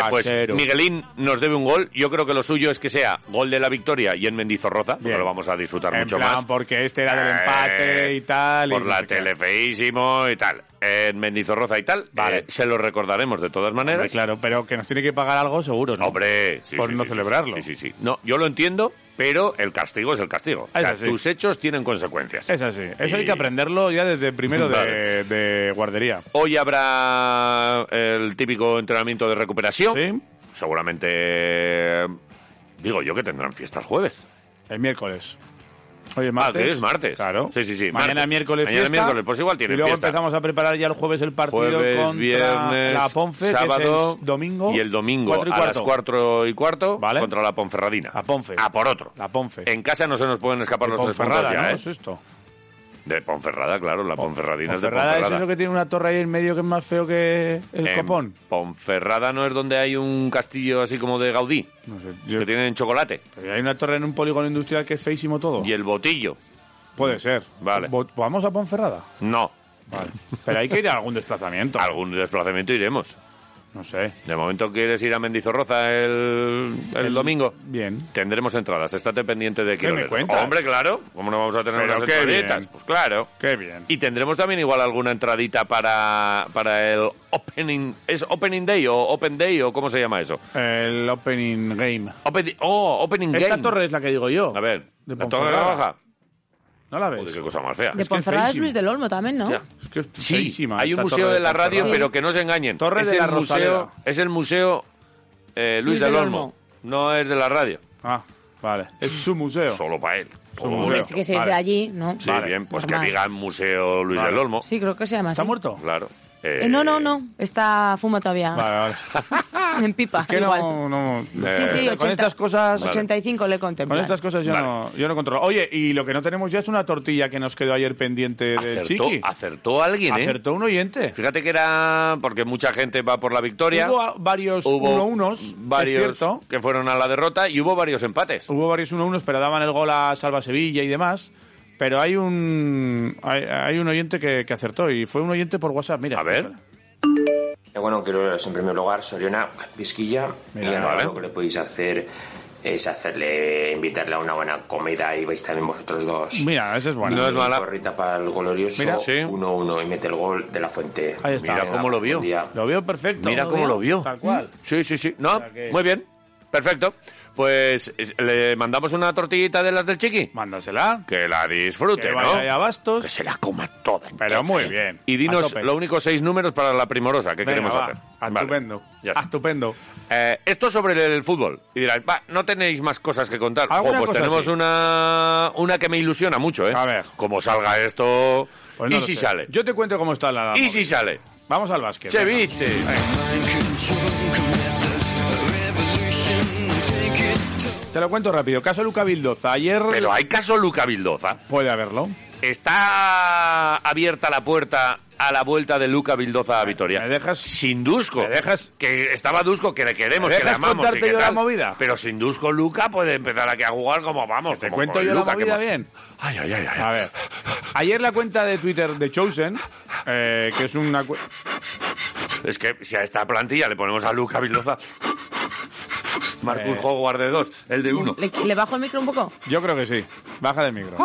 [SPEAKER 1] pues
[SPEAKER 2] Casero.
[SPEAKER 1] Miguelín nos debe un gol. Yo creo que lo suyo es que sea gol de la victoria y en Mendizorroza, porque
[SPEAKER 2] Bien.
[SPEAKER 1] lo vamos a disfrutar
[SPEAKER 2] En
[SPEAKER 1] mucho
[SPEAKER 2] plan,
[SPEAKER 1] más.
[SPEAKER 2] porque este era del empate
[SPEAKER 1] Eh,
[SPEAKER 2] y tal. y
[SPEAKER 1] Por
[SPEAKER 2] no
[SPEAKER 1] la
[SPEAKER 2] sé qué.
[SPEAKER 1] tele feísimo y tal. En Mendizorroza y tal.
[SPEAKER 2] Vale.
[SPEAKER 1] Eh, se lo recordaremos de todas maneras.
[SPEAKER 2] Hombre, claro, pero que nos tiene que pagar algo seguro, ¿no?
[SPEAKER 1] Hombre, sí,
[SPEAKER 2] Por
[SPEAKER 1] sí,
[SPEAKER 2] no
[SPEAKER 1] sí,
[SPEAKER 2] celebrarlo.
[SPEAKER 1] Sí, sí, sí. No, yo lo entiendo, pero el castigo es el castigo. O
[SPEAKER 2] Es
[SPEAKER 1] sea,
[SPEAKER 2] así.
[SPEAKER 1] tus hechos tienen consecuencias.
[SPEAKER 2] Es así. Eso hay
[SPEAKER 1] Y-
[SPEAKER 2] que aprenderlo ya desde primero de,
[SPEAKER 1] Vale.
[SPEAKER 2] de guardería.
[SPEAKER 1] Hoy habrá el típico entrenamiento de recuperación.
[SPEAKER 2] Sí.
[SPEAKER 1] Seguramente. Digo yo que tendrán fiesta el jueves.
[SPEAKER 2] El miércoles. Hoy es
[SPEAKER 1] Ah,
[SPEAKER 2] martes.
[SPEAKER 1] que es martes.
[SPEAKER 2] Claro.
[SPEAKER 1] Sí, sí, sí.
[SPEAKER 2] Mañana
[SPEAKER 1] martes.
[SPEAKER 2] miércoles
[SPEAKER 1] Mañana
[SPEAKER 2] fiesta,
[SPEAKER 1] miércoles, pues igual tienen
[SPEAKER 2] Y luego
[SPEAKER 1] fiesta.
[SPEAKER 2] empezamos a preparar ya el jueves el partido
[SPEAKER 1] Jueves,
[SPEAKER 2] contra
[SPEAKER 1] viernes,
[SPEAKER 2] la Ponfe, que es el
[SPEAKER 1] sábado,
[SPEAKER 2] domingo.
[SPEAKER 1] y el domingo
[SPEAKER 2] cuatro y
[SPEAKER 1] a las
[SPEAKER 2] cuarto.
[SPEAKER 1] 4 y cuarto
[SPEAKER 2] Vale.
[SPEAKER 1] contra la Ponferradina.
[SPEAKER 2] La Ponfe.
[SPEAKER 1] A por otro.
[SPEAKER 2] La Ponfe.
[SPEAKER 1] En casa no se nos pueden escapar
[SPEAKER 2] De
[SPEAKER 1] los tres puntos
[SPEAKER 2] Ponferrada,
[SPEAKER 1] ya,
[SPEAKER 2] ¿no?
[SPEAKER 1] ¿eh?
[SPEAKER 2] Es esto.
[SPEAKER 1] De Ponferrada, claro, la Ponferradina
[SPEAKER 2] Ponferrada
[SPEAKER 1] es de
[SPEAKER 2] es
[SPEAKER 1] Ponferrada. Em,
[SPEAKER 2] eso que tiene una torre ahí en medio que es más feo que el
[SPEAKER 1] En
[SPEAKER 2] copón.
[SPEAKER 1] Ponferrada no es donde hay un castillo así como de Gaudí,
[SPEAKER 2] No sé. yo-
[SPEAKER 1] que tienen chocolate.
[SPEAKER 2] Hay una torre en un polígono industrial que es feísimo todo.
[SPEAKER 1] Y el botillo.
[SPEAKER 2] Puede ser.
[SPEAKER 1] Vale.
[SPEAKER 2] Vo- Vamos a Ponferrada.
[SPEAKER 1] No.
[SPEAKER 2] Vale. Pero hay que ir a algún desplazamiento.
[SPEAKER 1] Algún desplazamiento iremos.
[SPEAKER 2] No sé.
[SPEAKER 1] De momento quieres ir a Mendizorroza el, el
[SPEAKER 2] El-
[SPEAKER 1] domingo.
[SPEAKER 2] Bien.
[SPEAKER 1] Tendremos entradas, estate pendiente de
[SPEAKER 2] ¿Qué me
[SPEAKER 1] Quiroleros.
[SPEAKER 2] cuentas?
[SPEAKER 1] Hombre, claro, ¿cómo no vamos a tener
[SPEAKER 2] Pero
[SPEAKER 1] unas
[SPEAKER 2] qué
[SPEAKER 1] entraditas?
[SPEAKER 2] bien.
[SPEAKER 1] Pues claro.
[SPEAKER 2] Qué bien.
[SPEAKER 1] Y tendremos también igual alguna entradita para, para el opening... ¿Es opening day o open day o cómo se llama eso?
[SPEAKER 2] El opening game.
[SPEAKER 1] Open- oh, opening
[SPEAKER 2] Esta
[SPEAKER 1] game.
[SPEAKER 2] torre es la que digo yo.
[SPEAKER 1] A ver,
[SPEAKER 2] De
[SPEAKER 1] ¿la torre
[SPEAKER 2] Ponferrada.
[SPEAKER 1] baja?
[SPEAKER 2] ¿No la
[SPEAKER 1] Joder,
[SPEAKER 2] ves?
[SPEAKER 1] qué cosa más fea.
[SPEAKER 4] De
[SPEAKER 2] que es
[SPEAKER 4] Ponferrada es
[SPEAKER 2] feísimo.
[SPEAKER 4] Luis del Olmo también, ¿no?
[SPEAKER 1] Ya.
[SPEAKER 2] Es que es
[SPEAKER 1] Sí,
[SPEAKER 2] feísima
[SPEAKER 1] hay
[SPEAKER 2] esta
[SPEAKER 1] un museo
[SPEAKER 2] torre
[SPEAKER 1] de la radio,
[SPEAKER 2] Ponferrada.
[SPEAKER 1] pero que no se engañen.
[SPEAKER 2] Torre
[SPEAKER 1] es
[SPEAKER 2] de la
[SPEAKER 1] el museo,
[SPEAKER 2] Rosaleda.
[SPEAKER 1] Es el museo eh, Luis, del Olmo. No es de la radio.
[SPEAKER 2] Ah, vale. Es su museo.
[SPEAKER 1] Solo para él.
[SPEAKER 2] Su
[SPEAKER 1] Solo
[SPEAKER 2] museo.
[SPEAKER 1] él.
[SPEAKER 4] Así que si es
[SPEAKER 2] Vale.
[SPEAKER 4] de allí, ¿no?
[SPEAKER 1] Sí,
[SPEAKER 2] Vale.
[SPEAKER 1] bien, pues
[SPEAKER 4] Normal.
[SPEAKER 1] que digan Museo Luis
[SPEAKER 2] Vale.
[SPEAKER 1] del Olmo.
[SPEAKER 4] Sí, creo que se llama así.
[SPEAKER 2] ¿Está muerto?
[SPEAKER 1] Claro.
[SPEAKER 4] Eh, no, no, no. Está fuma
[SPEAKER 1] Ah.
[SPEAKER 4] todavía.
[SPEAKER 2] Vale, vale.
[SPEAKER 4] <laughs> En pipa,
[SPEAKER 2] Es que
[SPEAKER 4] igual.
[SPEAKER 2] no, no- Eh,
[SPEAKER 4] Sí, sí,
[SPEAKER 2] Con
[SPEAKER 4] 80.
[SPEAKER 2] estas cosas...
[SPEAKER 4] 85 le contemplan.
[SPEAKER 2] Con estas cosas yo,
[SPEAKER 1] Vale.
[SPEAKER 2] no, yo no controlo. Oye, y lo que no tenemos ya es una tortilla que nos quedó ayer pendiente Eh, del
[SPEAKER 1] Acertó,
[SPEAKER 2] Chiqui.
[SPEAKER 1] acertó alguien, ¿eh?
[SPEAKER 2] Acertó un oyente.
[SPEAKER 1] Fíjate que era porque mucha gente va por la victoria.
[SPEAKER 2] Hubo a- varios
[SPEAKER 1] Hubo
[SPEAKER 2] 1-1s,
[SPEAKER 1] varios
[SPEAKER 2] es cierto.
[SPEAKER 1] que fueron a la derrota y hubo varios empates.
[SPEAKER 2] Hubo varios 1-1, pero daban el gol a Salva Sevilla y demás. Pero hay un hay, hay un oyente que, que acertó y fue un oyente por WhatsApp. Mira,
[SPEAKER 1] A ver.
[SPEAKER 7] Eh, Bueno, quiero en primer lugar, Soriona, Vizquilla.
[SPEAKER 2] Mira,
[SPEAKER 7] y ahora
[SPEAKER 1] vale.
[SPEAKER 7] lo que le podéis hacer es hacerle, invitarle a una buena comida y vais también vosotros dos.
[SPEAKER 2] Mira, ese es bueno.
[SPEAKER 1] No es mala.
[SPEAKER 7] Corrita para el glorioso
[SPEAKER 1] Mira, sí.
[SPEAKER 7] 1-1 y mete el gol de la fuente.
[SPEAKER 2] Ahí está.
[SPEAKER 1] Mira cómo lo
[SPEAKER 7] buen
[SPEAKER 1] vio.
[SPEAKER 7] día.
[SPEAKER 2] Lo veo perfecto.
[SPEAKER 1] Mira cómo lo vio.
[SPEAKER 2] Tal cual.
[SPEAKER 1] Sí, sí, sí. No,
[SPEAKER 2] sea que-
[SPEAKER 1] muy bien. Perfecto. Pues es- le mandamos una tortillita de las del Chiqui.
[SPEAKER 2] Mándasela.
[SPEAKER 1] Que la disfrute,
[SPEAKER 2] Que
[SPEAKER 1] ¿no?
[SPEAKER 2] vaya ahí a Bastos.
[SPEAKER 1] Que se la coma toda. entera,
[SPEAKER 2] Pero muy
[SPEAKER 1] ¿eh?
[SPEAKER 2] bien.
[SPEAKER 1] Y
[SPEAKER 2] A
[SPEAKER 1] dinos
[SPEAKER 2] tope.
[SPEAKER 1] lo único seis números para la primorosa. ¿Qué
[SPEAKER 2] Venga,
[SPEAKER 1] queremos
[SPEAKER 2] va.
[SPEAKER 1] hacer? Vale.
[SPEAKER 2] Estupendo.
[SPEAKER 1] Ya está.
[SPEAKER 2] Estupendo.
[SPEAKER 1] Eh, esto sobre el fútbol. Y dirás, va, no tenéis más cosas que contar. Jo,
[SPEAKER 2] Alguna
[SPEAKER 1] pues
[SPEAKER 2] cosa
[SPEAKER 1] tenemos
[SPEAKER 2] sí.
[SPEAKER 1] una, una que me ilusiona mucho, ¿eh?
[SPEAKER 2] A ver.
[SPEAKER 1] Como salga esto.
[SPEAKER 2] Pues no
[SPEAKER 1] y
[SPEAKER 2] lo
[SPEAKER 1] si
[SPEAKER 2] sé.
[SPEAKER 1] sale.
[SPEAKER 2] Yo te cuento cómo está la.
[SPEAKER 1] Y si sale.
[SPEAKER 2] Vamos al básquet.
[SPEAKER 1] Se
[SPEAKER 2] venga.
[SPEAKER 1] viste.
[SPEAKER 2] Te lo cuento rápido. Caso Luca Vildoza. Ayer
[SPEAKER 1] Pero hay caso Luca Vildoza.
[SPEAKER 2] puede haberlo.
[SPEAKER 1] Está abierta la puerta a la vuelta de Luca Vildoza a Vitoria.
[SPEAKER 2] ¿Me dejas?
[SPEAKER 1] Sin Dusko.
[SPEAKER 2] ¿Me dejas?
[SPEAKER 1] Que estaba Dusko, que le queremos,
[SPEAKER 2] ¿Me
[SPEAKER 1] que le
[SPEAKER 2] dejas
[SPEAKER 1] amamos.
[SPEAKER 2] contarte
[SPEAKER 1] y que
[SPEAKER 2] yo la
[SPEAKER 1] tal.
[SPEAKER 2] movida?
[SPEAKER 1] Pero sin Dusko, Luca puede empezar aquí a jugar como vamos.
[SPEAKER 2] Te
[SPEAKER 1] como
[SPEAKER 2] cuento
[SPEAKER 1] con el
[SPEAKER 2] yo la
[SPEAKER 1] Luca que
[SPEAKER 2] movida
[SPEAKER 1] hemos-
[SPEAKER 2] bien.
[SPEAKER 1] Ay, ay, ay, ay.
[SPEAKER 2] A ver. Ayer la cuenta de Twitter de Chosen, eh, que es una. cu-
[SPEAKER 1] Es que si a esta plantilla le ponemos a Luca Vildoza. Marcus
[SPEAKER 2] Eh.
[SPEAKER 1] Howard de dos, el de uno.
[SPEAKER 4] ¿Le, le bajo el micro un poco?
[SPEAKER 2] Yo creo que sí. Baja del micro.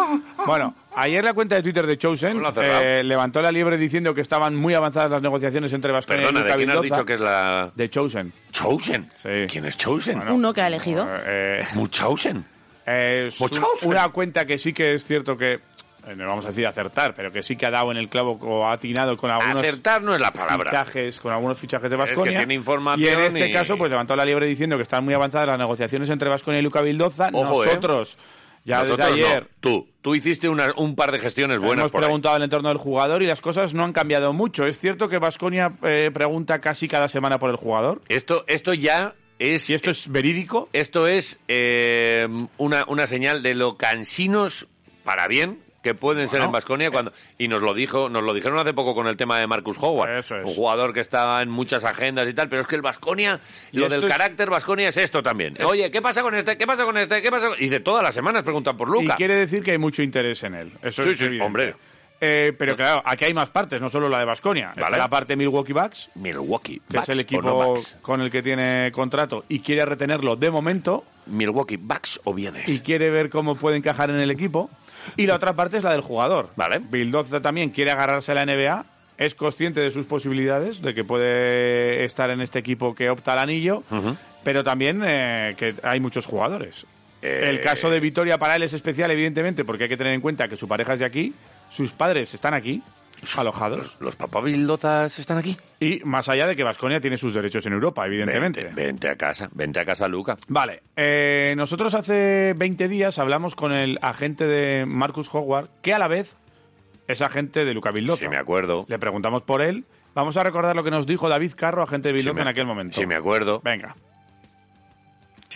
[SPEAKER 2] Bueno, ayer la cuenta de Twitter de Chosen
[SPEAKER 1] Pues lo ha cerrado.
[SPEAKER 2] eh, levantó la liebre diciendo que estaban muy avanzadas las negociaciones entre Vasconia y
[SPEAKER 1] Perdona, ¿de
[SPEAKER 2] Luca
[SPEAKER 1] quién has
[SPEAKER 2] Vildoza.
[SPEAKER 1] dicho que es la.
[SPEAKER 2] De Chosen.
[SPEAKER 1] Chosen?
[SPEAKER 2] Sí.
[SPEAKER 1] ¿Quién es Chosen?
[SPEAKER 2] Bueno.
[SPEAKER 4] Uno que ha elegido.
[SPEAKER 1] ¿Ah?
[SPEAKER 2] Eh,
[SPEAKER 1] Muchausen.
[SPEAKER 2] Es un-
[SPEAKER 1] Muchausen.
[SPEAKER 2] una cuenta que sí que es cierto que, eh, no vamos a decir acertar, pero que sí que ha dado en el clavo o ha atinado con algunos
[SPEAKER 1] Acertar no es la palabra.
[SPEAKER 2] fichajes, con algunos fichajes de
[SPEAKER 1] Es que
[SPEAKER 2] Vasconia.
[SPEAKER 1] tiene información
[SPEAKER 2] y en este
[SPEAKER 1] y-
[SPEAKER 2] caso, pues levantó la liebre diciendo que están muy avanzadas las negociaciones entre Vasconia y Luca Vildoza.
[SPEAKER 1] Ojo, eh.
[SPEAKER 2] Nosotros, ya
[SPEAKER 1] Nosotros
[SPEAKER 2] desde ayer,
[SPEAKER 1] no. Tú, tú hiciste una- un par de gestiones buenas
[SPEAKER 2] hemos
[SPEAKER 1] por ahí.
[SPEAKER 2] preguntado al entorno del jugador y las cosas no han cambiado mucho. Es cierto que Vasconia pregunta casi cada semana por el jugador.
[SPEAKER 1] Esto, esto ya es.
[SPEAKER 2] Y esto es verídico.
[SPEAKER 1] Esto es eh, una, una señal de lo cansinos para bien que pueden ser en
[SPEAKER 2] eh.
[SPEAKER 1] Basconia cuando y nos lo dijo nos lo dijeron hace poco con el tema de Marcus Howard
[SPEAKER 2] Eso es.
[SPEAKER 1] un jugador que estaba en muchas agendas y tal pero es que el Basconia lo
[SPEAKER 2] esto
[SPEAKER 1] del
[SPEAKER 2] es-
[SPEAKER 1] carácter Basconia es esto también oye qué pasa con este qué pasa con este qué pasa con-?" y de todas las semanas preguntan por Luca
[SPEAKER 2] Y quiere decir que hay mucho interés en él. Eso
[SPEAKER 1] Sí,
[SPEAKER 2] es
[SPEAKER 1] sí,
[SPEAKER 2] evidente.
[SPEAKER 1] hombre.
[SPEAKER 2] Eh, pero claro, aquí hay más partes, no solo la de Basconia. Está
[SPEAKER 1] Vale.
[SPEAKER 2] la parte Milwaukee Bucks,
[SPEAKER 1] Milwaukee
[SPEAKER 2] que
[SPEAKER 1] Bucks
[SPEAKER 2] es el
[SPEAKER 1] o
[SPEAKER 2] equipo
[SPEAKER 1] no Bucks?
[SPEAKER 2] con el que tiene contrato y quiere retenerlo de momento
[SPEAKER 1] Milwaukee Bucks o vienes
[SPEAKER 2] y quiere ver cómo puede encajar en el equipo. Y la otra parte es la del jugador.
[SPEAKER 1] Vale.
[SPEAKER 2] Bildoza también quiere agarrarse a la NBA, es consciente de sus posibilidades, de que puede estar en este equipo que opta al anillo, pero también eh, que hay muchos jugadores.
[SPEAKER 1] Eh.
[SPEAKER 2] El caso de Vitoria para él es especial, evidentemente, porque hay que tener en cuenta que su pareja es de aquí, sus padres están aquí, alojados,
[SPEAKER 1] los papavildozas están aquí
[SPEAKER 2] y más allá de que Vasconia tiene sus derechos en Europa, evidentemente.
[SPEAKER 1] Vente, vente a casa vente a casa Luca
[SPEAKER 2] Vale, eh, nosotros hace 20 días hablamos con el agente de Marcus Howard, que a la vez es agente de Luca Vildoza.
[SPEAKER 1] Sí, me acuerdo.
[SPEAKER 2] Le preguntamos por él. Vamos a recordar lo que nos dijo David Carro, agente de
[SPEAKER 1] Sí
[SPEAKER 2] Vildoza,
[SPEAKER 1] me-
[SPEAKER 2] en aquel momento.
[SPEAKER 1] sí me acuerdo
[SPEAKER 2] Venga.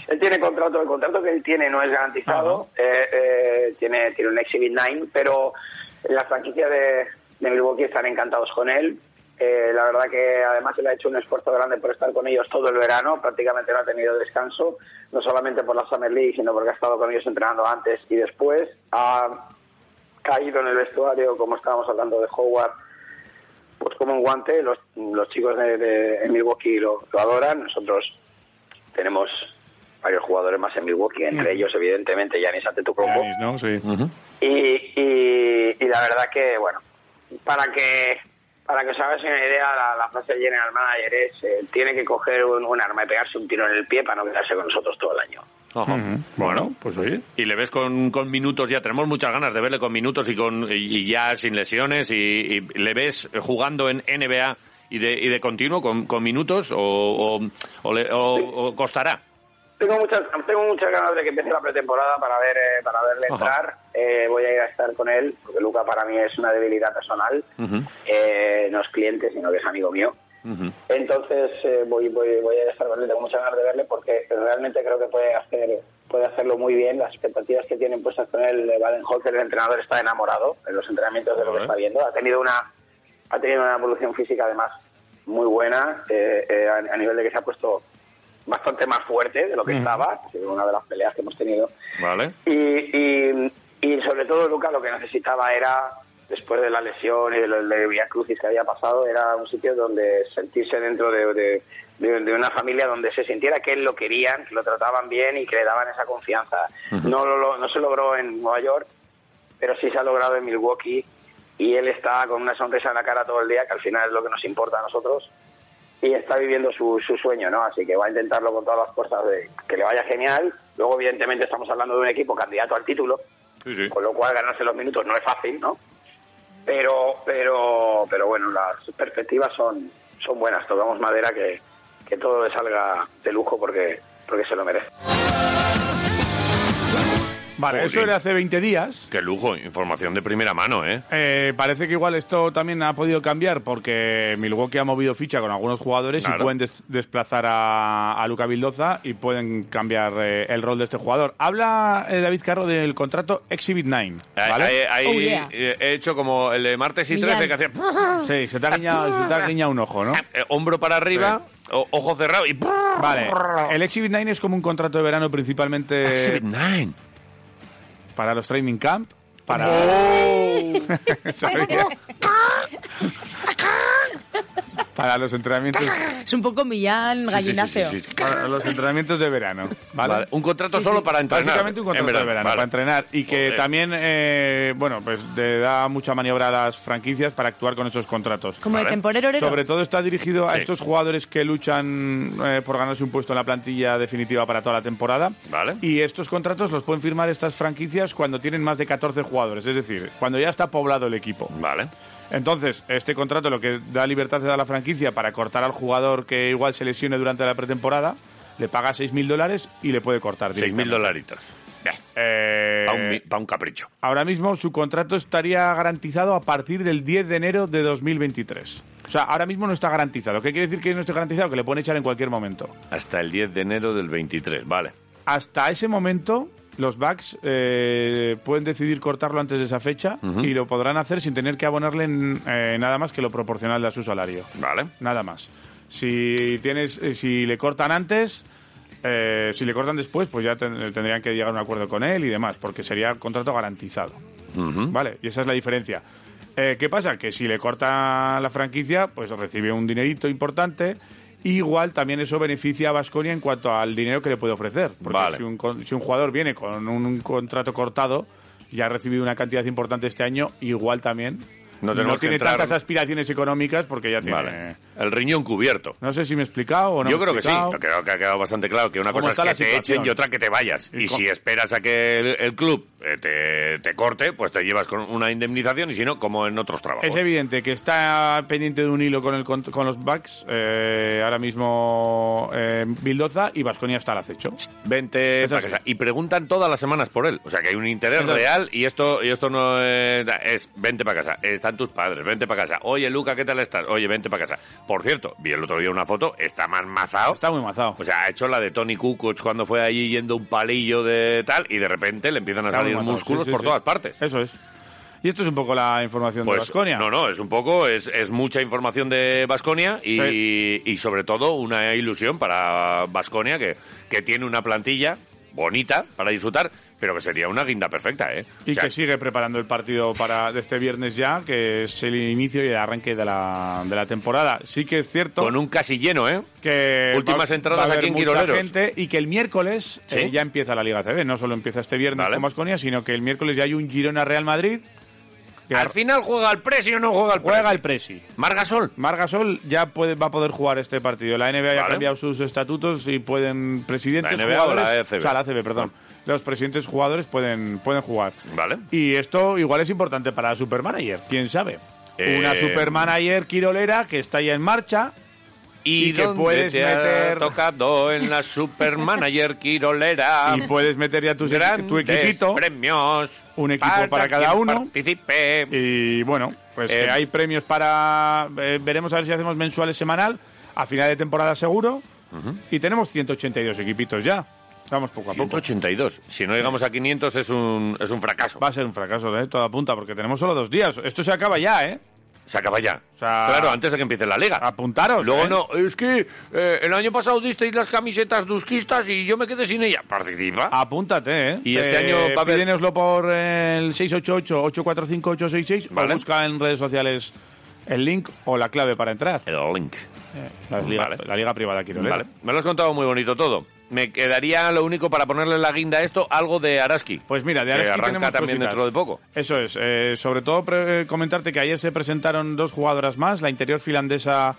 [SPEAKER 8] Él tiene contrato, el contrato que él tiene no es garantizado, eh, eh, tiene, tiene un Exhibit 9, pero la franquicia de, de Milwaukee están encantados con él. Eh, la verdad que además él ha hecho un esfuerzo grande por estar con ellos todo el verano, prácticamente no ha tenido descanso, no solamente por la Summer League, sino porque ha estado con ellos entrenando antes y después. Ah, Ha caído en el vestuario, como estábamos hablando de Howard, pues como un guante, los, los chicos de, de- en Milwaukee lo- lo adoran, nosotros tenemos varios jugadores más en Milwaukee, entre ellos evidentemente Yanis Antetokounmpo
[SPEAKER 2] Yanis, ¿no? Sí.
[SPEAKER 8] y, y, y la verdad que bueno, para que para que os hagáis una idea, la, la frase del general manager es eh, tiene que coger un, un arma y pegarse un tiro en el pie para no quedarse con nosotros todo el año.
[SPEAKER 1] Ajá.
[SPEAKER 2] Bueno, pues oye.
[SPEAKER 1] Y le ves con, con minutos ya, tenemos muchas ganas de verle con minutos y con y y ya sin lesiones y, y le ves jugando en NBA y de, y de continuo con, con minutos o, o, o le- o- o costará.
[SPEAKER 8] Tengo muchas, tengo muchas ganas de que empiece la pretemporada para ver eh, para verle
[SPEAKER 1] Ajá.
[SPEAKER 8] entrar. Eh, voy a ir a estar con él, porque Luca para mí es una debilidad personal. Eh, no es cliente, sino que es amigo mío. Entonces eh, voy, voy, voy a estar con él, tengo muchas ganas de verle porque realmente creo que puede hacer puede hacerlo muy bien. Las expectativas que tienen puestas con él, eh, Baden-Holzer, el entrenador, está enamorado en los entrenamientos de lo que
[SPEAKER 1] Joder.
[SPEAKER 8] está viendo. Ha tenido una ha tenido una evolución física además muy buena eh, eh, a, a nivel de que se ha puesto bastante más fuerte de lo que estaba, que es una de las peleas que hemos tenido.
[SPEAKER 1] Vale.
[SPEAKER 8] Y, y- y sobre todo Luca lo que necesitaba era, después de la lesión y de los de Via Crucis que había pasado, era un sitio donde sentirse dentro de, de- de- de una familia donde se sintiera que él lo querían, que lo trataban bien y que le daban esa confianza. no, lo- lo- no se logró en Nueva York, pero sí se ha logrado en Milwaukee y él está con una sonrisa en la cara todo el día, que al final es lo que nos importa a nosotros, y está viviendo su, su sueño, ¿no? Así que va a intentarlo con todas las fuerzas, de, que le vaya genial. Luego, evidentemente, estamos hablando de un equipo candidato al título,
[SPEAKER 1] Sí, sí.
[SPEAKER 8] con lo cual ganarse los minutos no es fácil, ¿no? Pero, pero, pero bueno, las perspectivas son, son buenas. Tocamos madera que, que todo le salga de lujo porque, porque se lo merece.
[SPEAKER 2] Vale,
[SPEAKER 1] Jolín.
[SPEAKER 2] eso era hace 20 días.
[SPEAKER 1] Qué lujo, información de primera mano, ¿eh?
[SPEAKER 2] Eh, parece que igual esto también ha podido cambiar porque Milwaukee ha movido ficha con algunos jugadores
[SPEAKER 1] Claro.
[SPEAKER 2] y pueden des- desplazar a, a Luca Vildoza y pueden cambiar eh, el rol de este jugador. Habla eh, David Carro del contrato Exhibit 9.
[SPEAKER 1] Ahí-
[SPEAKER 2] ¿vale?
[SPEAKER 1] ahí- ahí
[SPEAKER 4] Oh, yeah.
[SPEAKER 1] eh, he hecho como el de martes y
[SPEAKER 4] Millán.
[SPEAKER 1] 13 que hacía <laughs>
[SPEAKER 2] Sí, se te ha guiñado, se te ha guiñado un ojo, ¿no?
[SPEAKER 1] eh, hombro para arriba, o- ojo cerrado y
[SPEAKER 2] <laughs> Vale, el Exhibit 9 es como un contrato de verano principalmente
[SPEAKER 1] Exhibit nine.
[SPEAKER 2] para los training camp, para...
[SPEAKER 1] ¡Oh!
[SPEAKER 2] <laughs> Sabía. para los entrenamientos
[SPEAKER 4] Es un poco Millán,
[SPEAKER 1] Sí, sí, sí,
[SPEAKER 4] gallináceo.
[SPEAKER 1] sí, sí.
[SPEAKER 2] para los entrenamientos de verano, ¿vale?
[SPEAKER 1] Vale, Un contrato solo para entrenar.
[SPEAKER 2] Básicamente un contrato
[SPEAKER 1] en verano,
[SPEAKER 2] de verano
[SPEAKER 1] vale.
[SPEAKER 2] para entrenar y que
[SPEAKER 1] Joder.
[SPEAKER 2] también, eh, bueno, pues le da mucha maniobra a las franquicias para actuar con esos contratos.
[SPEAKER 4] Como
[SPEAKER 1] Vale.
[SPEAKER 4] de temporero orero.
[SPEAKER 2] Sobre todo está dirigido a
[SPEAKER 1] Sí.
[SPEAKER 2] estos jugadores que luchan eh, por ganarse un puesto en la plantilla definitiva para toda la temporada.
[SPEAKER 1] Vale.
[SPEAKER 2] Y estos contratos los pueden firmar estas franquicias cuando tienen más de 14 jugadores, es decir, cuando ya está poblado el equipo.
[SPEAKER 1] Vale.
[SPEAKER 2] Entonces, este contrato lo que da libertad a la franquicia para cortar al jugador que igual se lesione durante la pretemporada, le paga 6.000 dólares y le puede cortar.
[SPEAKER 1] 6.000
[SPEAKER 2] directamente.
[SPEAKER 1] dolaritos. Bien,
[SPEAKER 2] Eh,
[SPEAKER 1] pa' un, mi- pa' un capricho.
[SPEAKER 2] ahora mismo su contrato estaría garantizado a partir del 10 de enero de 2023. O sea, ahora mismo no está garantizado. ¿Qué quiere decir que no esté garantizado? Que le pueden echar en cualquier momento.
[SPEAKER 1] Hasta el 10 de enero del 23, vale.
[SPEAKER 2] Hasta ese momento, los Bucks eh, pueden decidir cortarlo antes de esa fecha y lo podrán hacer sin tener que abonarle eh, nada más que lo proporcional a su salario.
[SPEAKER 1] Vale.
[SPEAKER 2] Nada más. Si tienes, eh, si le cortan antes, eh, si le cortan después, pues ya ten- tendrían que llegar a un acuerdo con él y demás, porque sería contrato garantizado. Vale, y esa es la diferencia. Eh, ¿Qué pasa? Que si le corta la franquicia, pues recibe un dinerito importante. Igual también eso beneficia a Vasconia en cuanto al dinero que le puede ofrecer. Porque
[SPEAKER 1] Vale.
[SPEAKER 2] si, un, con- si un jugador viene con un contrato cortado, ya ha recibido una cantidad importante este año, igual también.
[SPEAKER 1] No tenemos que
[SPEAKER 2] tiene
[SPEAKER 1] entrar-
[SPEAKER 2] tantas aspiraciones económicas porque ya tiene.
[SPEAKER 1] Vale. El riñón cubierto.
[SPEAKER 2] No sé si me he explicado o no.
[SPEAKER 1] Yo
[SPEAKER 2] me he
[SPEAKER 1] creo que sí,
[SPEAKER 2] explicado.
[SPEAKER 1] creo que ha quedado bastante claro que una
[SPEAKER 2] ¿Cómo
[SPEAKER 1] cosa es
[SPEAKER 2] está
[SPEAKER 1] que
[SPEAKER 2] la
[SPEAKER 1] te
[SPEAKER 2] situación?
[SPEAKER 1] echen y otra que te vayas.
[SPEAKER 2] ¿Y
[SPEAKER 1] Y,
[SPEAKER 2] cómo?
[SPEAKER 1] si esperas a que el, el club eh, te, te corte, pues te llevas con una indemnización y si no, como en otros trabajos.
[SPEAKER 2] Es evidente que está pendiente de un hilo con, el, cont- con los Bucks. eh, ahora mismo eh, Bildoza y Vasconia está al acecho.
[SPEAKER 1] Vente
[SPEAKER 2] Eso
[SPEAKER 1] pa' casa.
[SPEAKER 2] sí.
[SPEAKER 1] y preguntan todas las semanas por él. O sea que hay un interés
[SPEAKER 2] Eso sí.
[SPEAKER 1] real y esto y esto no es, es vente para casa. Están tus padres, vente para casa. Oye, Luca, ¿qué tal estás? Oye, vente para casa. Por cierto, vi el otro día una foto, está más mazao.
[SPEAKER 2] Está muy mazado.
[SPEAKER 1] O sea, ha hecho la de Tony Kukoc cuando fue allí yendo un palillo de tal y de repente le empiezan a
[SPEAKER 2] Está muy
[SPEAKER 1] salir
[SPEAKER 2] mazado,
[SPEAKER 1] músculos
[SPEAKER 2] sí, sí,
[SPEAKER 1] por
[SPEAKER 2] sí.
[SPEAKER 1] todas partes.
[SPEAKER 2] Eso es. Y esto es un poco la información de
[SPEAKER 1] Pues
[SPEAKER 2] Vasconia.
[SPEAKER 1] no, no, es un poco, es, es mucha información de Basconia y,
[SPEAKER 2] Sí.
[SPEAKER 1] y sobre todo una ilusión para Basconia que, que tiene una plantilla bonita para disfrutar, pero que sería una guinda perfecta, ¿eh?
[SPEAKER 2] Y
[SPEAKER 1] O sea,
[SPEAKER 2] que sigue preparando el partido para de este viernes ya, que es el inicio y el arranque de la, de la temporada. Sí que es cierto
[SPEAKER 1] Con un casi lleno, ¿eh?
[SPEAKER 2] que
[SPEAKER 1] últimas
[SPEAKER 2] va-
[SPEAKER 1] entradas
[SPEAKER 2] va a haber
[SPEAKER 1] aquí en
[SPEAKER 2] mucha
[SPEAKER 1] Quiroleros.
[SPEAKER 2] gente y que el miércoles
[SPEAKER 1] ¿Sí?
[SPEAKER 2] eh, ya empieza la Liga CB. No solo empieza este viernes
[SPEAKER 1] Vale.
[SPEAKER 2] con Vasconia, sino que el miércoles ya hay un Girona Real Madrid. Que
[SPEAKER 1] Al final juega el precio o no juega el
[SPEAKER 2] juega
[SPEAKER 1] Presi?
[SPEAKER 2] el Presi.
[SPEAKER 1] Margasol.
[SPEAKER 2] Margasol ya puede- va a poder jugar este partido. La NBA ya ha
[SPEAKER 1] Vale.
[SPEAKER 2] cambiado sus estatutos y pueden presidentes
[SPEAKER 1] ¿La NBA o
[SPEAKER 2] jugadores,
[SPEAKER 1] la ACB?
[SPEAKER 2] o sea, la ACB, perdón. Los presidentes jugadores pueden pueden jugar.
[SPEAKER 1] Vale.
[SPEAKER 2] Y esto igual es importante para la supermanager, quién sabe.
[SPEAKER 1] Eh,
[SPEAKER 2] Una supermanager quirolera que está ya en marcha
[SPEAKER 1] Y,
[SPEAKER 2] Y que
[SPEAKER 1] donde
[SPEAKER 2] puedes
[SPEAKER 1] te ha
[SPEAKER 2] meter-
[SPEAKER 1] tocado en la Supermanager Quirolera.
[SPEAKER 2] <laughs> Y puedes meter ya tu, tu
[SPEAKER 1] Grandes
[SPEAKER 2] equipito.
[SPEAKER 1] premios.
[SPEAKER 2] un equipo para cada
[SPEAKER 1] quien
[SPEAKER 2] uno.
[SPEAKER 1] Participe.
[SPEAKER 2] Y bueno, pues
[SPEAKER 1] Eh,
[SPEAKER 2] eh, hay premios para. eh, veremos a ver si hacemos mensuales semanal. A final de temporada seguro. Y tenemos 182 equipitos ya. Vamos poco a poco.
[SPEAKER 1] 182. Si no llegamos a 500 es un, es un fracaso.
[SPEAKER 2] Va a ser un fracaso, ¿eh? Toda punta, porque tenemos solo dos días. Esto se acaba ya, ¿eh?
[SPEAKER 1] Se acaba ya.
[SPEAKER 2] O sea,
[SPEAKER 1] claro, antes de que empiece la liga.
[SPEAKER 2] Apuntaros.
[SPEAKER 1] Luego
[SPEAKER 2] ¿eh?
[SPEAKER 1] no, es que eh, el año pasado disteis las camisetas dusquistas y yo me quedé sin ella. Participa.
[SPEAKER 2] Apúntate, ¿eh?
[SPEAKER 1] Y este año va a haber-
[SPEAKER 2] pídenoslo por el 688-845-866
[SPEAKER 1] Vale.
[SPEAKER 2] o busca en redes sociales el link o la clave para entrar.
[SPEAKER 1] El link.
[SPEAKER 2] La liga,
[SPEAKER 1] Vale.
[SPEAKER 2] la liga privada, quiero leer.
[SPEAKER 1] Vale. Me lo has contado muy bonito todo. Me quedaría lo único para ponerle la guinda a esto, algo de Araski.
[SPEAKER 2] Pues mira, de
[SPEAKER 1] Que
[SPEAKER 2] Areski
[SPEAKER 1] arranca
[SPEAKER 2] tenemos
[SPEAKER 1] también
[SPEAKER 2] cositas.
[SPEAKER 1] dentro de poco.
[SPEAKER 2] Eso es. eh, sobre todo pre- eh, comentarte que ayer se presentaron dos jugadoras más, la interior finlandesa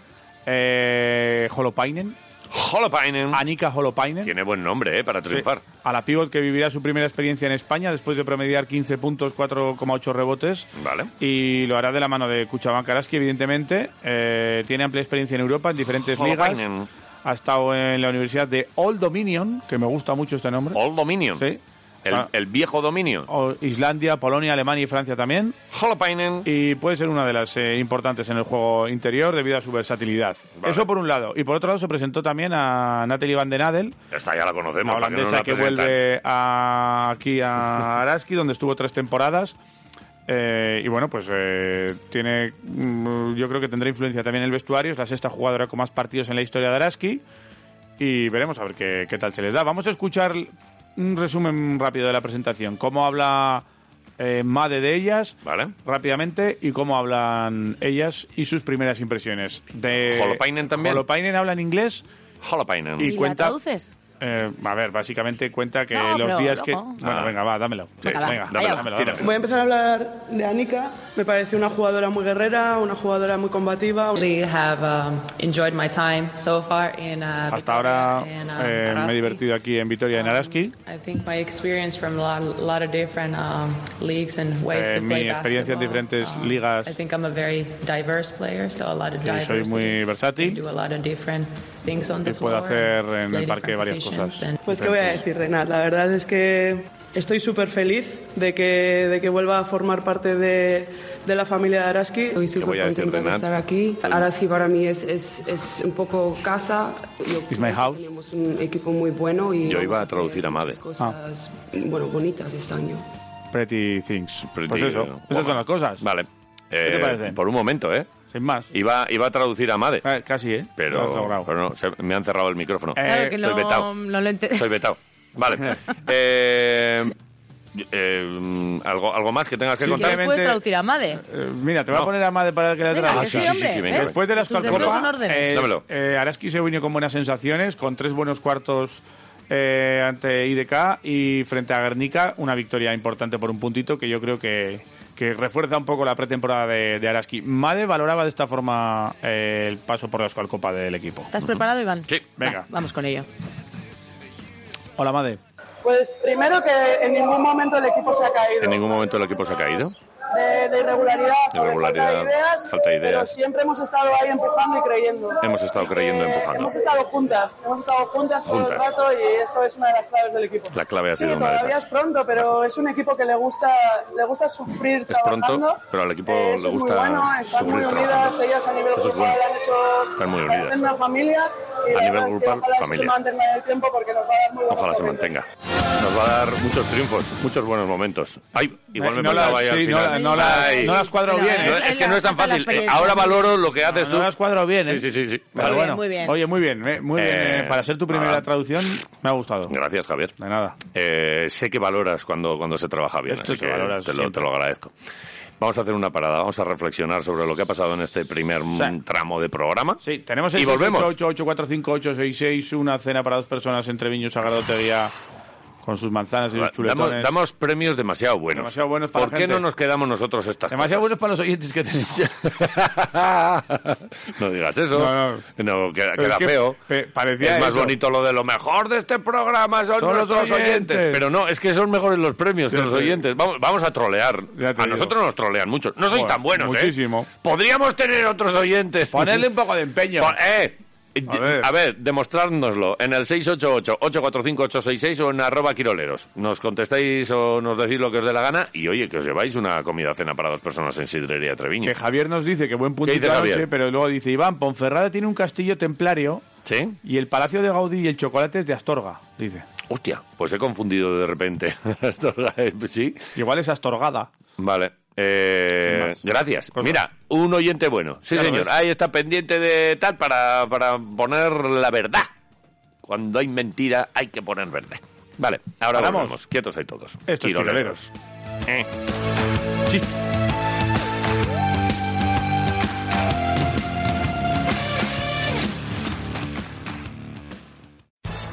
[SPEAKER 2] eh, Holopainen,
[SPEAKER 1] Holopainen.
[SPEAKER 2] Anika Holopainen.
[SPEAKER 1] Mm. Tiene buen nombre, ¿eh? Para
[SPEAKER 2] Sí,
[SPEAKER 1] triunfar.
[SPEAKER 2] a la pivot que vivirá su primera experiencia en España después de promediar 15 puntos, 4,8 rebotes.
[SPEAKER 1] Vale.
[SPEAKER 2] Y lo hará de la mano de Kuchaban Karaski, evidentemente. Eh, tiene amplia experiencia en Europa, en diferentes
[SPEAKER 1] Holopainen.
[SPEAKER 2] ligas. Ha estado en la Universidad de Old Dominion, que me gusta mucho este nombre.
[SPEAKER 1] All Dominion.
[SPEAKER 2] Sí.
[SPEAKER 1] El,
[SPEAKER 2] Ah.
[SPEAKER 1] el viejo dominio.
[SPEAKER 2] O- Islandia, Polonia, Alemania y Francia también.
[SPEAKER 1] Holopainen.
[SPEAKER 2] Y puede ser una de las eh, importantes en el juego interior debido a su versatilidad.
[SPEAKER 1] Vale.
[SPEAKER 2] Eso por un lado. Y por otro lado se presentó también a Natalie Van den Adel,
[SPEAKER 1] Esta ya la conocemos.
[SPEAKER 2] la
[SPEAKER 1] ¿para qué no
[SPEAKER 2] holandesa
[SPEAKER 1] la
[SPEAKER 2] que
[SPEAKER 1] presentan?
[SPEAKER 2] vuelve a- aquí a Araski, donde estuvo tres temporadas. Eh, y bueno, pues eh, tiene, mm, yo creo que tendrá influencia también en el vestuario. Es la sexta jugadora con más partidos en la historia de Araski. Y veremos a ver qué, qué tal se les da. Vamos a escuchar un resumen rápido de la presentación. Cómo habla eh, Made de ellas
[SPEAKER 1] Vale.
[SPEAKER 2] rápidamente y cómo hablan ellas y sus primeras impresiones. De
[SPEAKER 1] Holopainen también.
[SPEAKER 2] Holopainen habla en inglés.
[SPEAKER 1] Holopainen.
[SPEAKER 2] Y
[SPEAKER 4] ¿Y la
[SPEAKER 2] cuenta-
[SPEAKER 4] traduces?
[SPEAKER 2] Eh, a ver, básicamente cuenta que
[SPEAKER 4] No,
[SPEAKER 2] los
[SPEAKER 4] pero
[SPEAKER 2] días que...
[SPEAKER 4] luego-
[SPEAKER 2] Bueno,
[SPEAKER 1] Ah.
[SPEAKER 2] venga, va, dámelo.
[SPEAKER 1] Sí,
[SPEAKER 4] Venga, va,
[SPEAKER 2] venga,
[SPEAKER 4] allá
[SPEAKER 2] dámelo,
[SPEAKER 4] va.
[SPEAKER 2] dámelo,
[SPEAKER 1] Tírame.
[SPEAKER 2] dámelo.
[SPEAKER 9] Voy a empezar a hablar de Anika. Me parece una jugadora muy guerrera, una jugadora muy combativa.
[SPEAKER 2] Hasta ahora eh, me he divertido aquí en Vitoria, en Araski. Eh, mi experiencia en diferentes ligas y soy muy versátil y puedo hacer en el parque varias cosas.
[SPEAKER 9] Pues qué voy a decir de nada. La verdad es que estoy súper feliz de que, de que vuelva a formar parte de, de la familia de Araski.
[SPEAKER 1] ¿Qué voy a decir de nada?
[SPEAKER 9] aquí. Araski para mí es, un poco casa.
[SPEAKER 2] It's my house.
[SPEAKER 9] Tenemos un equipo muy bueno y
[SPEAKER 1] Yo iba a traducir a Made.
[SPEAKER 9] cosas bueno, bonitas este año.
[SPEAKER 2] Ah. Pretty things.
[SPEAKER 1] Pretty eh,
[SPEAKER 2] pues eso, esas son las cosas.
[SPEAKER 1] Vale.
[SPEAKER 2] te
[SPEAKER 1] Eh,
[SPEAKER 2] parece?
[SPEAKER 1] por un momento, ¿eh?
[SPEAKER 2] Sin más.
[SPEAKER 1] Iba, iba a traducir a Made,
[SPEAKER 2] Eh, casi, ¿eh? Lo has
[SPEAKER 1] pero,
[SPEAKER 2] logrado.
[SPEAKER 1] pero no, se- me han cerrado el micrófono.
[SPEAKER 2] Eh,
[SPEAKER 4] Claro que
[SPEAKER 1] estoy vetado.
[SPEAKER 4] no, no lo ente-
[SPEAKER 1] Estoy vetado.
[SPEAKER 2] <laughs>
[SPEAKER 1] Vale. Eh, eh, ¿algo, ¿Algo más que tengas que
[SPEAKER 2] Sí,
[SPEAKER 1] contar?
[SPEAKER 4] ¿Quieres
[SPEAKER 2] Totalmente-
[SPEAKER 4] <laughs> puedes traducir a Made?
[SPEAKER 2] Eh, mira, te voy
[SPEAKER 1] No.
[SPEAKER 2] a poner a Made para que la
[SPEAKER 4] Venga,
[SPEAKER 2] traduzca.
[SPEAKER 1] sí,
[SPEAKER 4] que sí,
[SPEAKER 1] sí,
[SPEAKER 4] hombre.
[SPEAKER 1] sí, venga,
[SPEAKER 4] ¿ves?
[SPEAKER 1] venga.
[SPEAKER 2] Después de las
[SPEAKER 4] Tus deseos
[SPEAKER 2] Copa,
[SPEAKER 4] son órdenes.
[SPEAKER 2] eh,
[SPEAKER 1] Dámelo.
[SPEAKER 2] eh, Araski se unió con buenas sensaciones, con tres buenos cuartos eh, ante IDK y frente a Guernica, una victoria importante por un puntito que yo creo que, que refuerza un poco la pretemporada de, de Araski. Made valoraba de esta forma eh, el paso por la Copa del equipo. <laughs>
[SPEAKER 4] ¿Estás preparado, Iván?
[SPEAKER 1] Sí,
[SPEAKER 2] venga.
[SPEAKER 4] Va, vamos con ello.
[SPEAKER 2] Hola, Made.
[SPEAKER 9] Pues primero que en ningún momento el equipo se ha caído.
[SPEAKER 1] En ningún momento el equipo se ha caído.
[SPEAKER 9] De, de irregularidad,
[SPEAKER 1] De
[SPEAKER 9] o de Pues
[SPEAKER 1] irregularidad,
[SPEAKER 9] falta de ideas,
[SPEAKER 1] falta de
[SPEAKER 9] pero
[SPEAKER 1] ideas.
[SPEAKER 9] siempre hemos estado ahí empujando y creyendo.
[SPEAKER 1] Hemos estado creyendo, empujando.
[SPEAKER 9] Hemos estado juntas, hemos estado juntas, todo el
[SPEAKER 1] Juntas.
[SPEAKER 9] rato y eso es una de las claves del equipo.
[SPEAKER 1] La clave ha
[SPEAKER 9] sí,
[SPEAKER 1] sido una de
[SPEAKER 9] todavía
[SPEAKER 1] esas.
[SPEAKER 9] es pronto, pero es un equipo que le gusta, le gusta sufrir
[SPEAKER 1] Es pronto,
[SPEAKER 9] trabajando.
[SPEAKER 1] pero al equipo
[SPEAKER 9] Eh,
[SPEAKER 1] le
[SPEAKER 9] eso es muy
[SPEAKER 1] gusta
[SPEAKER 9] bueno, están
[SPEAKER 1] sufrir
[SPEAKER 9] muy unidas,
[SPEAKER 1] trabajando.
[SPEAKER 9] ellas a nivel
[SPEAKER 1] Eso es
[SPEAKER 9] grupal
[SPEAKER 1] bueno.
[SPEAKER 9] han hecho
[SPEAKER 1] Están muy
[SPEAKER 9] parecen
[SPEAKER 1] unidas.
[SPEAKER 9] una familia y
[SPEAKER 1] A
[SPEAKER 9] la
[SPEAKER 1] nivel
[SPEAKER 9] verdad es que
[SPEAKER 1] grupal,
[SPEAKER 9] ojalá eso se
[SPEAKER 1] familia.
[SPEAKER 9] mantenga en el tiempo porque nos va a dar muy buenos
[SPEAKER 1] Ojalá se
[SPEAKER 9] momentos.
[SPEAKER 1] mantenga. Nos va a dar muchos triunfos, muchos buenos momentos. Ay, igual
[SPEAKER 2] Eh,
[SPEAKER 1] me
[SPEAKER 2] no
[SPEAKER 1] pasaba
[SPEAKER 2] la-
[SPEAKER 1] ahí al
[SPEAKER 2] sí, no
[SPEAKER 1] final.
[SPEAKER 2] la- no la-
[SPEAKER 1] Ay.
[SPEAKER 2] no la has cuadrado
[SPEAKER 4] No,
[SPEAKER 2] bien,
[SPEAKER 1] No,
[SPEAKER 2] ¿eh?
[SPEAKER 4] es-
[SPEAKER 1] es que
[SPEAKER 4] la-
[SPEAKER 1] no es tan
[SPEAKER 4] es la
[SPEAKER 1] fácil. Eh,
[SPEAKER 4] experiencia.
[SPEAKER 1] ahora valoro lo que haces
[SPEAKER 2] No,
[SPEAKER 1] tú.
[SPEAKER 2] lo has cuadrado bien, ¿eh?
[SPEAKER 1] Sí, sí, sí. sí.
[SPEAKER 2] Pero
[SPEAKER 4] bien,
[SPEAKER 2] bueno.
[SPEAKER 4] muy bien.
[SPEAKER 2] Oye, muy bien, eh, muy bien.
[SPEAKER 1] Eh,
[SPEAKER 2] eh, para ser tu primera
[SPEAKER 1] nada.
[SPEAKER 2] traducción, me ha gustado.
[SPEAKER 1] Gracias, Javier.
[SPEAKER 2] De nada.
[SPEAKER 1] Eh, sé que valoras cuando, cuando se trabaja bien,
[SPEAKER 2] Esto
[SPEAKER 1] así
[SPEAKER 2] se
[SPEAKER 1] que
[SPEAKER 2] valora
[SPEAKER 1] te lo,
[SPEAKER 2] siempre.
[SPEAKER 1] te lo agradezco. Vamos a hacer una parada, vamos a reflexionar sobre lo que ha pasado en este primer mm,
[SPEAKER 2] Sí.
[SPEAKER 1] tramo de programa.
[SPEAKER 2] Sí, tenemos el
[SPEAKER 1] Y volvemos.
[SPEAKER 2] 888458866, una cena para dos personas entre Viño Sagrado Teguía con sus manzanas y sus chuletones.
[SPEAKER 1] Damos, damos premios demasiado buenos.
[SPEAKER 2] Demasiado buenos para
[SPEAKER 1] ¿Por
[SPEAKER 2] la
[SPEAKER 1] qué
[SPEAKER 2] gente.
[SPEAKER 1] no nos quedamos nosotros estas
[SPEAKER 2] Demasiado
[SPEAKER 1] cosas?
[SPEAKER 2] buenos para los oyentes que tenemos.
[SPEAKER 1] <laughs> no digas eso.
[SPEAKER 2] No,
[SPEAKER 1] No, queda,
[SPEAKER 2] Pero es
[SPEAKER 1] queda
[SPEAKER 2] que
[SPEAKER 1] feo.
[SPEAKER 2] pe- parecía
[SPEAKER 1] es más
[SPEAKER 2] eso.
[SPEAKER 1] bonito lo de lo mejor de este programa son,
[SPEAKER 2] Son los
[SPEAKER 1] nuestros oyentes.
[SPEAKER 2] oyentes.
[SPEAKER 1] Pero no, es que son mejores los premios
[SPEAKER 2] Ya
[SPEAKER 1] que los
[SPEAKER 2] te digo.
[SPEAKER 1] oyentes. Vamos, vamos a trolear.
[SPEAKER 2] Ya te
[SPEAKER 1] A
[SPEAKER 2] digo.
[SPEAKER 1] nosotros nos trolean mucho. No sois
[SPEAKER 2] Joder,
[SPEAKER 1] tan buenos, ¿eh?
[SPEAKER 2] muchísimo.
[SPEAKER 1] Podríamos tener otros oyentes.
[SPEAKER 2] Ponerle un poco de empeño.
[SPEAKER 1] Pon- eh, A ver. demostrárnoslo en el 688-845-866 o en arroba quiroleros. Nos contestáis o nos decís lo que os dé la gana y oye, que os lleváis una comida cena para dos personas en Sidrería Treviño.
[SPEAKER 2] Que Javier nos dice que buen punto
[SPEAKER 1] ¿Qué dice Javier?
[SPEAKER 2] pero luego dice Iván, Ponferrada tiene un castillo templario
[SPEAKER 1] ¿Sí?
[SPEAKER 2] y el palacio de Gaudí y el chocolate es de Astorga, dice.
[SPEAKER 1] Hostia, pues he confundido de repente. <laughs> Esto, sí.
[SPEAKER 2] Igual es Astorgada.
[SPEAKER 1] Vale. eh,
[SPEAKER 2] Sin más.
[SPEAKER 1] gracias. Mira, un oyente bueno. Sí,
[SPEAKER 2] Ya lo
[SPEAKER 1] señor.
[SPEAKER 2] ves.
[SPEAKER 1] Ahí está pendiente de tal para, para poner la verdad. Cuando hay mentira, hay que poner verdad. Vale, ahora
[SPEAKER 2] ¿Paramos?
[SPEAKER 1] volvemos. Quietos hay todos.
[SPEAKER 2] Esto es
[SPEAKER 1] Quiroleros. Eh.